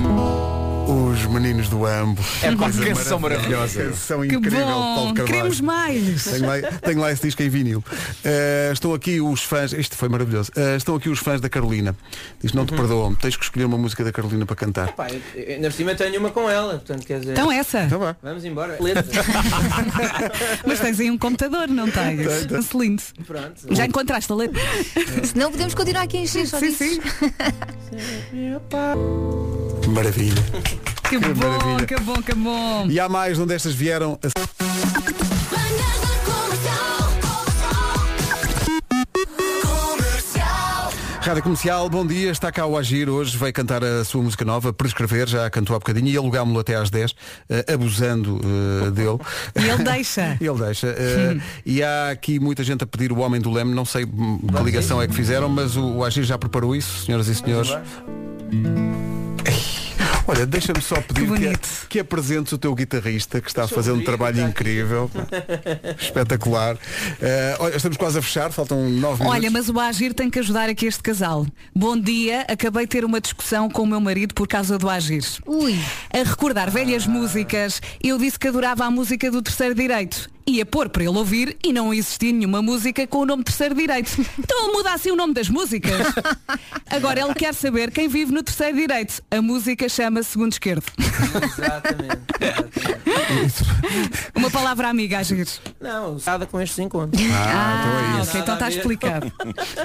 S7: os meninos do Ambo.
S17: É
S7: Que
S17: pá,
S7: coisa
S17: canção maravilhosa.
S7: Canção
S1: Que
S7: incrível, Paulo
S1: bom,
S7: Carvalho.
S1: queremos mais.
S7: Tenho lá, tenho lá esse disco em vinil. Uh, estão aqui os fãs, isto foi maravilhoso. Uh, estão aqui os fãs da Carolina. Diz,
S17: Uhum.
S7: não te perdoam, tens que escolher uma música da Carolina para cantar.
S17: Pá, eu- eu- ainda por cima tenho uma com ela, portanto quer dizer.
S1: Então essa. Então
S7: vá.
S17: Vamos embora. Letra.
S1: Mas tens aí um computador, não
S7: Então
S17: Tenho, tenho.
S1: tens? Lindo.
S17: Pronto.
S1: Já encontraste a letra?
S5: Senão podemos continuar aqui a encher só
S1: Sim,
S5: sim.
S7: Maravilha.
S1: Que bom,
S7: maravilha.
S1: que bom, que bom.
S7: E há mais onde estas vieram. a- Rádio Comercial, bom dia, está cá o Agir hoje, veio cantar a sua música nova, prescrever, já cantou há bocadinho e alugámo-lo até às 10, eh, abusando eh, dele.
S1: E ele deixa.
S7: Ele deixa. eh, e há aqui muita gente a pedir o Homem do Leme, não sei hum, que ligação é que fizeram, mas o, o Agir já preparou isso, senhoras e senhores. Olha, deixa-me só pedir que, é- que apresentes o teu guitarrista que está a fazer um trabalho incrível, espetacular. Eh, olha, estamos quase a fechar, faltam nove minutos.
S1: Olha, mas o Agir tem que ajudar aqui este casal. Bom dia, acabei de ter uma discussão com o meu marido por causa do Agir.
S5: Ui.
S1: A recordar
S7: Ah.
S1: velhas músicas, eu disse que adorava a música do Terceiro Direito. Ia pôr para ele ouvir e não existia nenhuma música com o nome Terceiro Direito. Então ele muda assim o nome das músicas. Agora ele quer saber quem vive no Terceiro Direito. A música chama Segundo Esquerdo. Uma palavra amiga, Agir.
S17: Não, usada com estes encontros.
S7: Ah, então é isso.
S1: ok, então está explicado.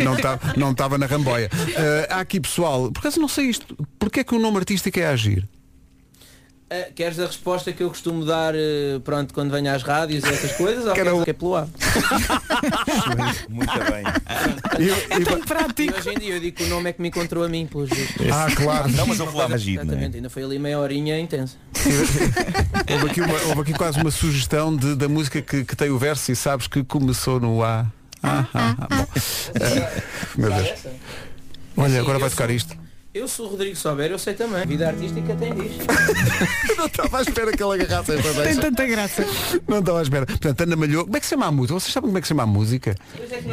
S7: Não tá- não estava na ramboia. Eh, há aqui pessoal, por acaso não sei isto, porque é que o nome artístico é agir?
S17: Ah, queres a resposta que eu costumo dar eh, pronto, quando venho às rádios e essas coisas? ou queres que é pelo A?
S14: Muito bem.
S7: Eu,
S17: prático. hoje em dia eu digo que o nome é que me encontrou a mim, pelos vistos.
S7: Ah, claro.
S14: Não, mas eu falava agir, não é?
S17: Exatamente, ainda foi ali meia horinha intensa.
S7: Houve aqui, uma- houve aqui quase uma sugestão de- da música que, que tem o verso e sabes que começou no A.
S12: Ah,
S7: Ah, ah, ah, bom. Eh, meu Deus. Olha, agora vai tocar isto.
S17: Eu, se o Rodrigo souber, eu sei também. Vida artística tem disto.
S7: Não estava à espera que ele agarrasse esta deixa.
S1: Tem tanta graça.
S7: Não estava à espera. Portanto, Ana Malhou. Como é que se chama a música? Vocês sabem como é que se chama a música?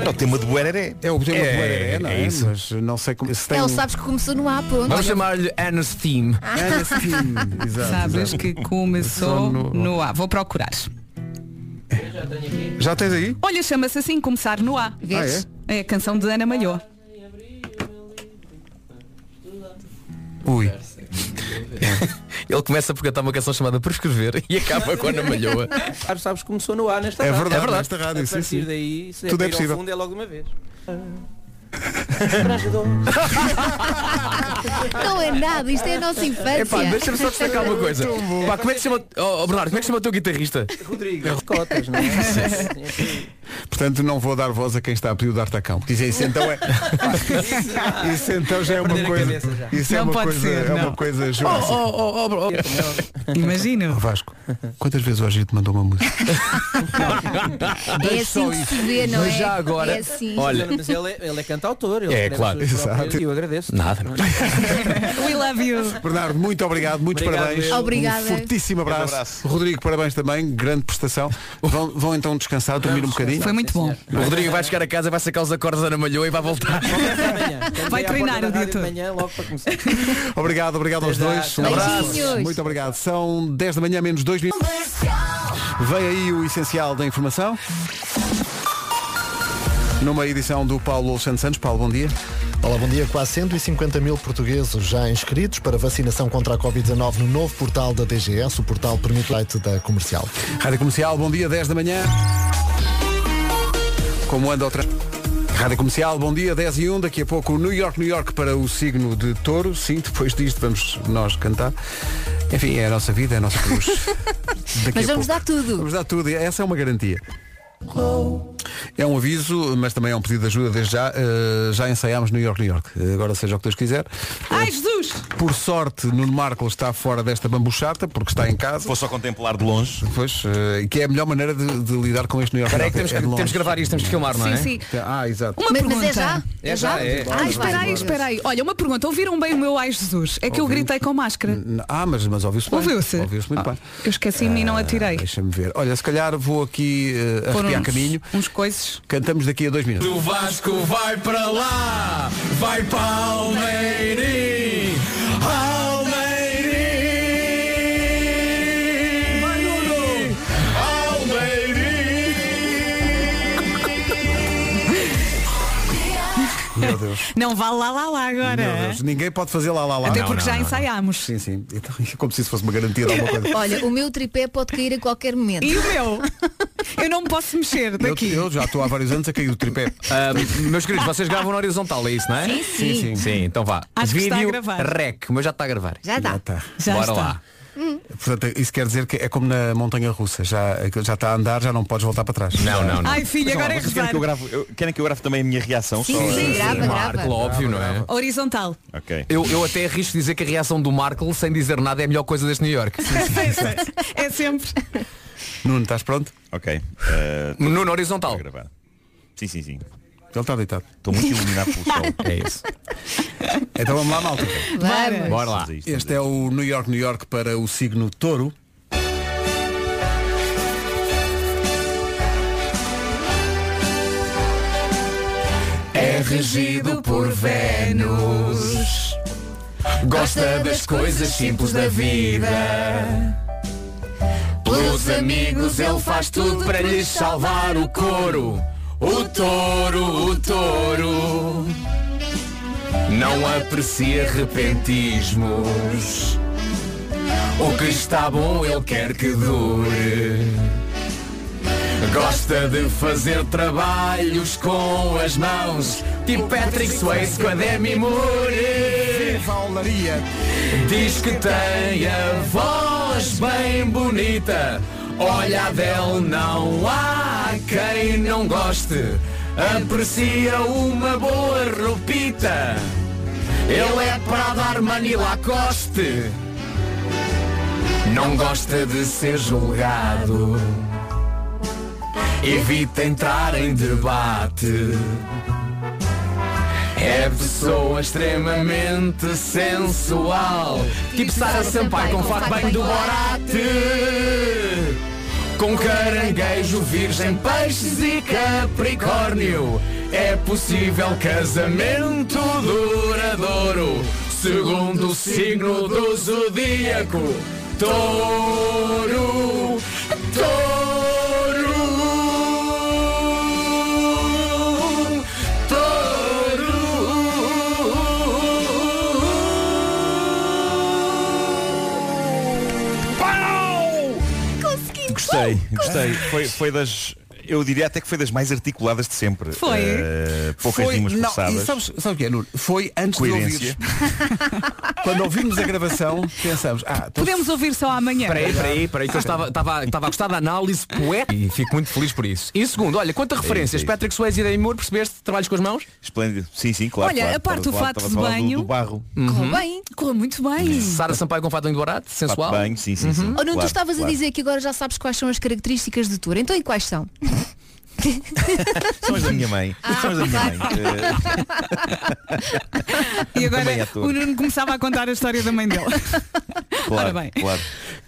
S14: É o tema de Buereré.
S7: É o tema
S14: É,
S7: de Buereré, não é?
S14: é isso.
S7: Mas não sei como... Se tem
S11: Ele
S7: um-
S11: sabes que começou no A, pronto.
S12: Vamos
S11: Olha,
S12: chamar-lhe Anna's Theme.
S11: Anna's Theme,
S7: exato,
S1: Sabes
S7: exato.
S1: que começou
S7: Só no-
S1: no A. Vou procurar.
S7: Já tens aí?
S1: Olha, chama-se assim, começar no A. Vês? é? a canção de Ana Malhou.
S7: Ui.
S12: Ele começa por cantar uma canção chamada Prescrever e acaba com a Ana Malhoa.
S17: Sabes, sabes, que começou no A nesta
S12: É
S17: rádio.
S12: verdade, É verdade. nesta rádio,
S17: A
S12: sim,
S17: partir
S12: sim.
S17: daí, se
S12: Tudo
S17: é, para
S12: é
S17: ir
S12: possível.
S17: ao fundo, é logo de uma vez.
S11: Não é nada, isto é a nossa infância.
S12: Epá, deixa-me só destacar uma coisa. Pá, como é que se chama. Oh, oh, Bernardo, como é que se chama o teu guitarrista?
S17: Rodrigo. Cotas, não é?
S7: Portanto, não vou dar voz a quem está a pedir o D'Artacão. Dizem isso então é. Isso então já é uma
S12: Perder a
S7: coisa.
S12: cabeça já.
S7: Isso é
S12: Não
S7: uma
S12: pode
S7: coisa.
S12: ser,
S7: é uma
S12: não.
S7: coisa assim,
S12: Oh,
S7: jurássica.
S12: oh, oh, oh, bro.
S1: Imagino.
S7: Vasco, quantas vezes o Agir te mandou uma música?
S11: É assim que se vê, não é?
S17: Mas já agora-
S11: É assim.
S17: Olha, mas ele é, ele é cantautor. Ele
S7: É,
S17: escreve
S7: claro.
S17: as suas próprias-
S7: Exato.
S17: E eu agradeço.
S12: Nada,
S1: We love you.
S7: Bernardo, muito obrigado, muitos
S17: Obrigado,
S7: parabéns.
S17: eu.
S11: Obrigada.
S7: Um fortíssimo
S17: Um
S7: abraço. Rodrigo, parabéns também, grande prestação. Vão, vão então descansar, dormir um bocadinho.
S1: Foi muito bom.
S12: O Rodrigo vai chegar a casa, vai sacar os acordes da Ana Malhoa e vai voltar.
S1: Vai treinar o dia
S17: De
S1: todo.
S17: manhã, logo para começar.
S7: Obrigado, obrigado aos
S17: Até já,
S7: dois.
S17: até já.
S11: Beijinhos.
S7: Muito obrigado. São 10 da manhã, menos 2 minutos. Vem aí o essencial da informação. Numa edição do Paulo Alexandre Santos. Paulo, bom dia.
S2: Olá, bom dia. Quase 150 mil portugueses já inscritos para vacinação contra a Covid-19 no novo portal da DGS. O portal permite o site da comercial.
S7: Rádio Comercial, bom dia, 10 da manhã. Como anda outra. Rádio Comercial, bom dia, 10 e 1, daqui a pouco New York, New York para o signo de touro. Sim, depois disto vamos nós cantar. Enfim, é a nossa vida, é a nossa cruz. Daqui
S11: Mas
S7: a
S11: vamos
S7: pouco.
S11: dar tudo.
S7: Vamos dar tudo, essa é uma garantia. É um aviso, mas também é um pedido de ajuda desde já. Eh, já ensaiámos New York, New York. Eh, Agora seja o que Deus quiser.
S1: Ai, Jesus!
S7: Por sorte, Nuno Marco está fora desta bambuchata, porque está em casa.
S14: Vou só contemplar de longe.
S7: Pois, eh, que é a melhor maneira de, de lidar com este New York. é
S12: Espera aí É
S7: New York,
S12: que temos que- temos que gravar isto, temos que filmar, não é? Sim,
S7: Ah, exato.
S1: Uma
S11: Mas-
S1: pergunta.
S11: mas é já?
S12: É já, é.
S1: Ah, espera aí, espera aí. Olha, uma pergunta. Ouviram bem o meu Ai Jesus? É que eu gritei com máscara.
S7: N- Ah, mas, mas ouviu-se bem.
S1: Ouviu-se? Ah,
S7: Ouviu-se
S12: Ah,
S7: muito bem. Ah,
S1: Eu esqueci-me e não atirei.
S7: Deixa-me ver. Olha, se calhar vou aqui eh,
S1: Foram
S7: arrepiar
S1: uns-
S7: caminho.
S1: Uns coices.
S7: Cantamos daqui a dois minutos.
S12: O Vasco vai para lá, vai para Almeirim, Almeirim, Manuno,
S7: Meu Deus.
S1: Não vá lá, lá, lá agora. é?
S7: Meu Deus. Ninguém pode fazer lá, lá, lá.
S1: Até
S7: Não,
S1: porque
S7: não,
S1: já
S7: não, não.
S1: ensaiámos.
S7: Sim, sim. Então, como se isso fosse uma garantia de alguma coisa.
S11: Olha, o meu tripé pode cair a qualquer momento.
S1: E o meu? Eu não me posso mexer
S7: Eu,
S1: daqui.
S7: eu já estou há vários anos a cair do tripé.
S12: Ah, meus queridos, vocês gravam na horizontal, é isso, não é?
S11: Sim, sim.
S12: sim. então vá.
S1: Acho que está a
S12: Vídeo
S1: gravar.
S12: rec, mas já está a gravar.
S11: Já dá.
S7: Tá.
S1: Já
S12: Bora
S1: está.
S12: lá.
S7: Portanto, isso quer dizer que é como na montanha russa. Já, já está a andar, já não podes voltar para trás.
S12: Não, não, não.
S1: Ai, filho,
S14: Mas, ó,
S1: agora é
S14: vocês querem
S1: rezar.
S14: que eu grave, eu- querem que eu grave também a minha reação?
S11: Sim,
S14: Só-
S11: sim, grava,
S12: Marco,
S11: grava.
S12: óbvio, não é?
S1: Horizontal.
S14: Ok.
S12: Eu, eu até arrisco dizer que a reação do Marco, sem dizer nada, é a melhor coisa deste New York.
S1: é sempre.
S7: Nuno, estás pronto?
S14: Ok. eh, tô-
S12: Nuno
S14: tô a
S12: horizontal.
S14: gravar. Sim, sim, sim.
S7: Ele está deitado.
S14: Estou muito iluminado pelo sol.
S12: É isso.
S7: Então vamos lá, malta.
S11: Vamos.
S12: Bora lá.
S7: Este é o New York, New York para o signo touro.
S12: É regido por Vênus. Gosta das coisas simples da vida. Pelos amigos ele faz tudo para lhes salvar o couro. O touro, o touro. Não aprecia repentismos. O que está bom ele quer que dure. Gosta de fazer trabalhos com as mãos Tipo Patrick Swayze com a Demi Moore
S7: Valaria.
S12: Diz que tem a voz bem bonita Olha a dela, não há quem não goste Aprecia uma boa roupita Ele é para dar Manila Coste Não gosta de ser julgado Evita entrar em debate. É pessoa extremamente sensual. Tipo Sara Sampaio com fato bem do Borate. Com caranguejo, virgem, peixes e capricórnio. É possível casamento duradouro. Segundo o signo do zodíaco. Touro. Touro.
S11: Consegui.
S14: Gostei, gostei. Foi, foi das. Eu diria até que foi das mais articuladas de sempre.
S12: Foi.
S14: Eh, poucas
S12: Foi-
S14: rimas
S12: não,
S14: forçadas.
S12: e sabes- o que é, Nuno? Foi antes de
S14: Coerência.
S12: Quando ouvimos a gravação, pensamos, ah, então
S1: Podemos ouvir só amanhã.
S12: Espera aí, espera aí, espera aí, que eu estava, estava, estava a gostar da análise poética e fico muito feliz por isso. E segundo, olha, quanto a
S14: é
S12: referências,
S14: isso.
S12: Patrick Swayze e Demi Moore, percebeste? Trabalhos com as mãos?
S14: Esplêndido. Sim, sim, claro.
S1: Olha,
S14: claro.
S1: a parte
S14: Estava
S1: do
S14: falar-
S1: fato
S14: estava a falar
S1: de
S14: do-
S1: banho.
S14: Do barro.
S11: Correu bem,
S12: Uhum.
S11: correu muito bem.
S12: Sara Sampaio com Fado em Dourado, sensual.
S14: Fato de banho, sim, sim,
S1: Uhum.
S14: sim.
S11: Ou não, tu
S14: Claro,
S11: estavas a
S14: claro.
S11: dizer que agora já sabes quais são as características do tour. Então e quais são?
S14: São as da minha mãe. São as da minha mãe. Eh,
S1: E
S14: Também é
S1: agora
S14: ator.
S1: o Nuno começava a contar a história da mãe dele.
S14: Claro,
S1: Ora bem.
S14: claro.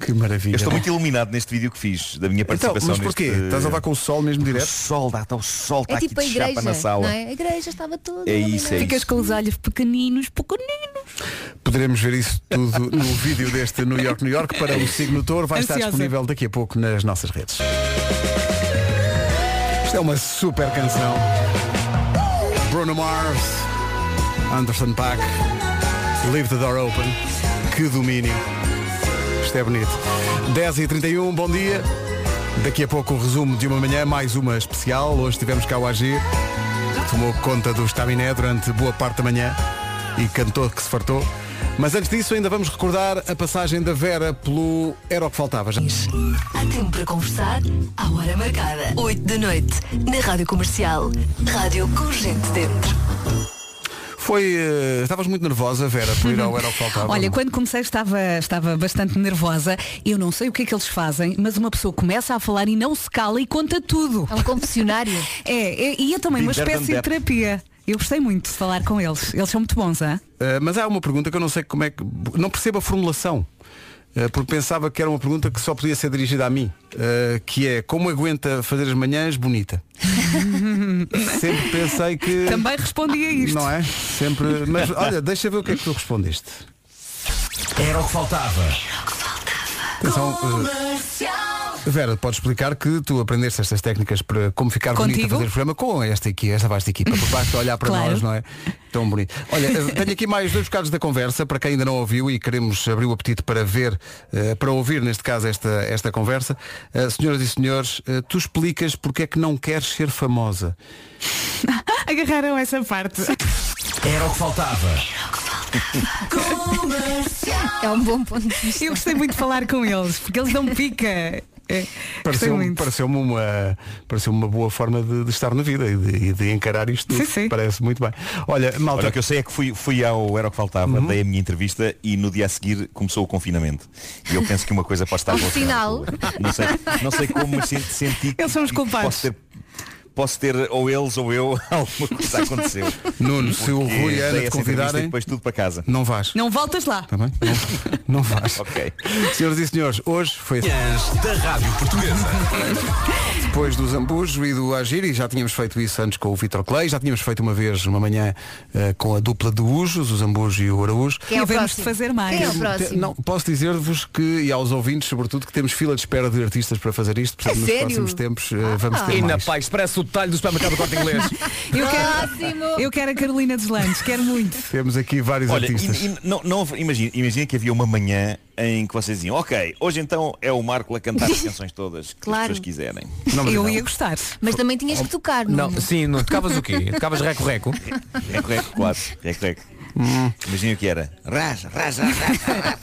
S7: Que maravilha.
S14: Eu estou muito iluminado neste vídeo que fiz, da minha
S7: Então,
S14: participação
S7: mas porquê?
S14: neste...
S7: Estás a levar com o sol mesmo direto? O
S14: sol, dá, o sol
S11: é tipo a igreja. Não é? A igreja estava toda.
S7: É isso, é
S11: Ficas
S7: isso.
S11: com os olhos pequeninos, pequeninos.
S7: Poderemos ver isso tudo no vídeo deste New York, New York para o Signo Touro. Vai estar
S11: Ansiosa.
S7: disponível daqui a pouco nas nossas redes. Isto é uma super canção. Bruno Mars, Anderson Paak, Leave the Door Open. Que domínio. Isto é bonito. 10h31, bom dia. Daqui a pouco o resumo de uma manhã, mais uma especial. Hoje tivemos cá o Agir, que tomou conta do estaminé durante boa parte da manhã e cantou que se fartou. Mas antes disso, ainda vamos recordar a passagem da Vera pelo Era o que Faltava. Já.
S13: Há tempo para conversar à hora marcada. 8 da noite, na Rádio Comercial. Rádio com gente dentro.
S7: Foi. eh, estavas muito nervosa, Vera, por ir ao Era o que Faltava.
S1: Olha, quando comecei estava, estava bastante nervosa. Eu não sei o que é que eles fazem, mas uma pessoa começa a falar e não se cala e conta tudo. É um confessionário. É, é- e é também uma
S7: Bitter than
S1: espécie de
S7: that.
S1: terapia. Eu gostei muito de falar com eles. Eles são muito bons, hã?
S7: Eh, mas há uma pergunta que eu não sei como é que. Não percebo a formulação. eh, Porque pensava que era uma pergunta que só podia ser dirigida a mim, eh, que é como aguenta fazer as manhãs bonita? Sempre pensei que.
S1: Também respondi a isto.
S7: Não é? Sempre. Mas olha, deixa ver o que é que tu respondeste. Era o que faltava. Atenção, eh, Vera, podes explicar que tu aprendeste estas técnicas para como ficar bonita
S1: Contigo?
S7: a fazer o programa com esta aqui, esta vasta equipa, por baixo a olhar para
S1: Claro.
S7: nós, não é? Tão bonito. Olha, eh, tenho aqui mais dois bocados da conversa, para quem ainda não ouviu e queremos abrir o apetite para ver, eh, para ouvir neste caso esta, esta conversa. Eh, Senhoras e senhores, eh, tu explicas porque é que não queres ser famosa.
S1: Agarraram essa parte.
S7: Era o que faltava.
S1: É um bom ponto de vista. Eu gostei muito de falar com eles, porque eles dão pica. É, gostei
S7: Pareceu-me
S1: muito.
S7: pareceu-me uma, pareceu uma boa forma de, de estar na vida e de, e de encarar isto tudo. Parece muito bem. Olha, malta.
S14: Olha, o que eu sei é que fui, fui ao Era o que Faltava,
S7: Uhum.
S14: dei a minha entrevista e no dia a seguir começou o confinamento. E eu penso que uma coisa pode estar
S11: Um
S14: relacionada com a
S11: sinal.
S14: outra. Não sei, não sei como, mas senti, senti Eles são os culpados. Posso ter, posso ter ou eles ou eu alguma coisa aconteceu.
S7: Nuno, se o
S14: Porque
S7: Rui e a Ana
S14: dei
S7: te
S14: essa entrevista
S7: convidarem-
S14: e depois tudo para casa.
S7: Não vais.
S1: Não voltas lá.
S7: Também? Não, não vais. ok. Senhoras e senhores, hoje foi
S16: da Rádio Portuguesa.
S7: Depois do Zambujo e do Agir, e já tínhamos feito isso antes com o Vitor Clay, já tínhamos feito uma vez, uma manhã, eh, com a dupla de Ujos, o Zambujo e o Araújo.
S1: Quem é o E vamos próximo? fazer mais. Quem é o
S7: Te-
S1: próximo?
S7: Não, posso dizer-vos que, e aos ouvintes sobretudo, que temos fila de espera de artistas para fazer isto,
S18: É
S7: portanto
S12: A
S7: nos
S12: sério?
S7: próximos tempos eh, vamos
S18: Ah.
S7: ter
S12: E na
S7: mais.
S12: paz, parece o detalhe do supermercado corte inglês.
S1: Eu
S5: Ah!
S1: quero, eu quero a Carolina dos Landes, quero muito.
S7: Temos aqui vários
S14: Olha,
S7: artistas.
S14: e- e não, não, imagina, imagina que havia uma manhã em que vocês diziam, ok, hoje então é o Marco a cantar as canções todas que
S11: Claro.
S14: as pessoas quiserem.
S11: Eu
S7: então.
S14: não.
S11: ia
S1: gostar.
S11: Mas também tinhas que tocar, não?
S14: Não,
S11: é?
S12: Sim, não, tocavas o quê? Tocavas reco-reco?
S14: É correto, claro. É correto.
S7: Hum.
S14: Imagina o que era. Raja, raja, raja.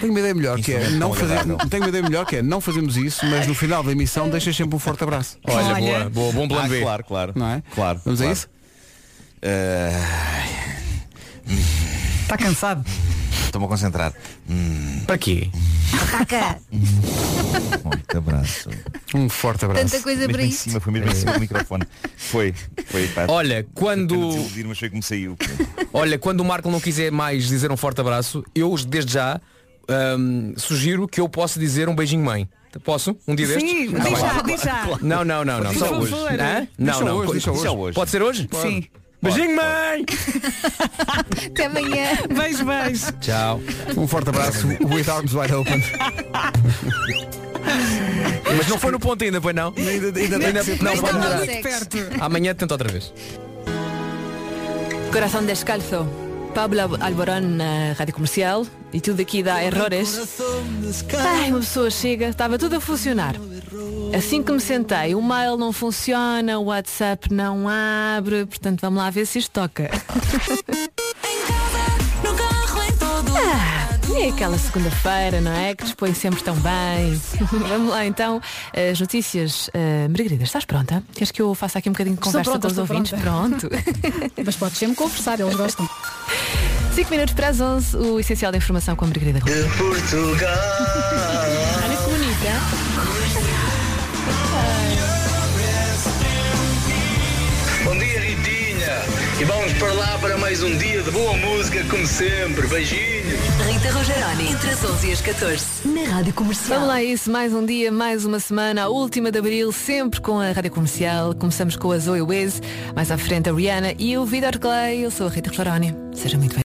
S7: Tenho uma ideia melhor que é
S14: Instrumento
S7: não
S14: tão
S7: fazer,
S14: agradável.
S7: tenho uma ideia melhor que é não fazemos isso, mas no final da emissão deixas sempre um forte abraço.
S14: Olha, boa, boa, bom plano
S7: Ah,
S14: B.
S7: claro.
S14: claro.
S7: Não é?
S14: Claro.
S7: Vamos a
S14: claro.
S7: isso?
S14: Ah,
S1: Está cansado?
S14: Estou-me a concentrar. Hum.
S12: Para quê?
S11: Ataca.
S14: Forte abraço.
S7: Um forte abraço.
S11: Tanta coisa
S14: mesmo
S11: para
S14: em
S11: isto.
S14: cima, foi mesmo em cima do microfone. Foi, foi, pá.
S12: Olha, quando-
S14: Desiludir, mas foi como saiu.
S12: Olha, quando o Marco não quiser mais dizer um forte abraço, eu desde já hum, sugiro que eu possa dizer um beijinho mãe. Posso? Um dia
S1: Sim,
S12: destes?
S1: diz
S12: bem.
S1: já, diz já.
S12: Não, não, não, não.
S1: Por
S12: Só
S1: favor.
S12: né? hoje. Hã?
S1: Diz
S12: Não,
S1: só
S12: não.
S1: hoje, diz só hoje.
S12: Pode ser hoje?
S1: Sim.
S12: Beijinho, mãe!
S11: Até amanhã.
S1: Beijo, beijo.
S12: Tchau.
S7: Um forte abraço. With arms wide open.
S12: Mas não foi no ponto ainda, pois não? Ainda, não, pode mudar. Amanhã tenta outra vez.
S18: Corazón Descalzo, Pablo Al- Alborán na Rádio Comercial e tudo aqui dá errores. Ai, uma pessoa chega, estava tudo a funcionar. Assim que me sentei, o mail não funciona, o WhatsApp não abre, portanto vamos lá ver se isto toca. Ah, é aquela segunda-feira, não é? Que dispõe sempre tão bem. vamos lá então, as notícias. Ah, Margarida, estás pronta? Queres que eu faça aqui um bocadinho de
S19: Estou
S18: conversa
S19: pronta,
S18: com os
S19: estou
S18: ouvintes?
S19: pronta.
S18: Pronto.
S19: Mas podes sempre conversar, eles gostam.
S18: 5 minutos para as 11, o essencial da informação com a Margarida Rocha. De Portugal. Olha que
S20: Bom dia, Ritinha. E vamos para lá para mais um dia de boa música, como sempre. Beijinhos.
S13: Rita Rogeroni, entre as 11 e as 14, na Rádio Comercial.
S18: Vamos lá a isso, mais um dia, mais uma semana, a última de abril, sempre com a Rádio Comercial. Começamos com a Zoe Wiz, mais à frente a Rihanna e o Vitor Clay. Eu sou a Rita Rogeroni. Seja muito bem.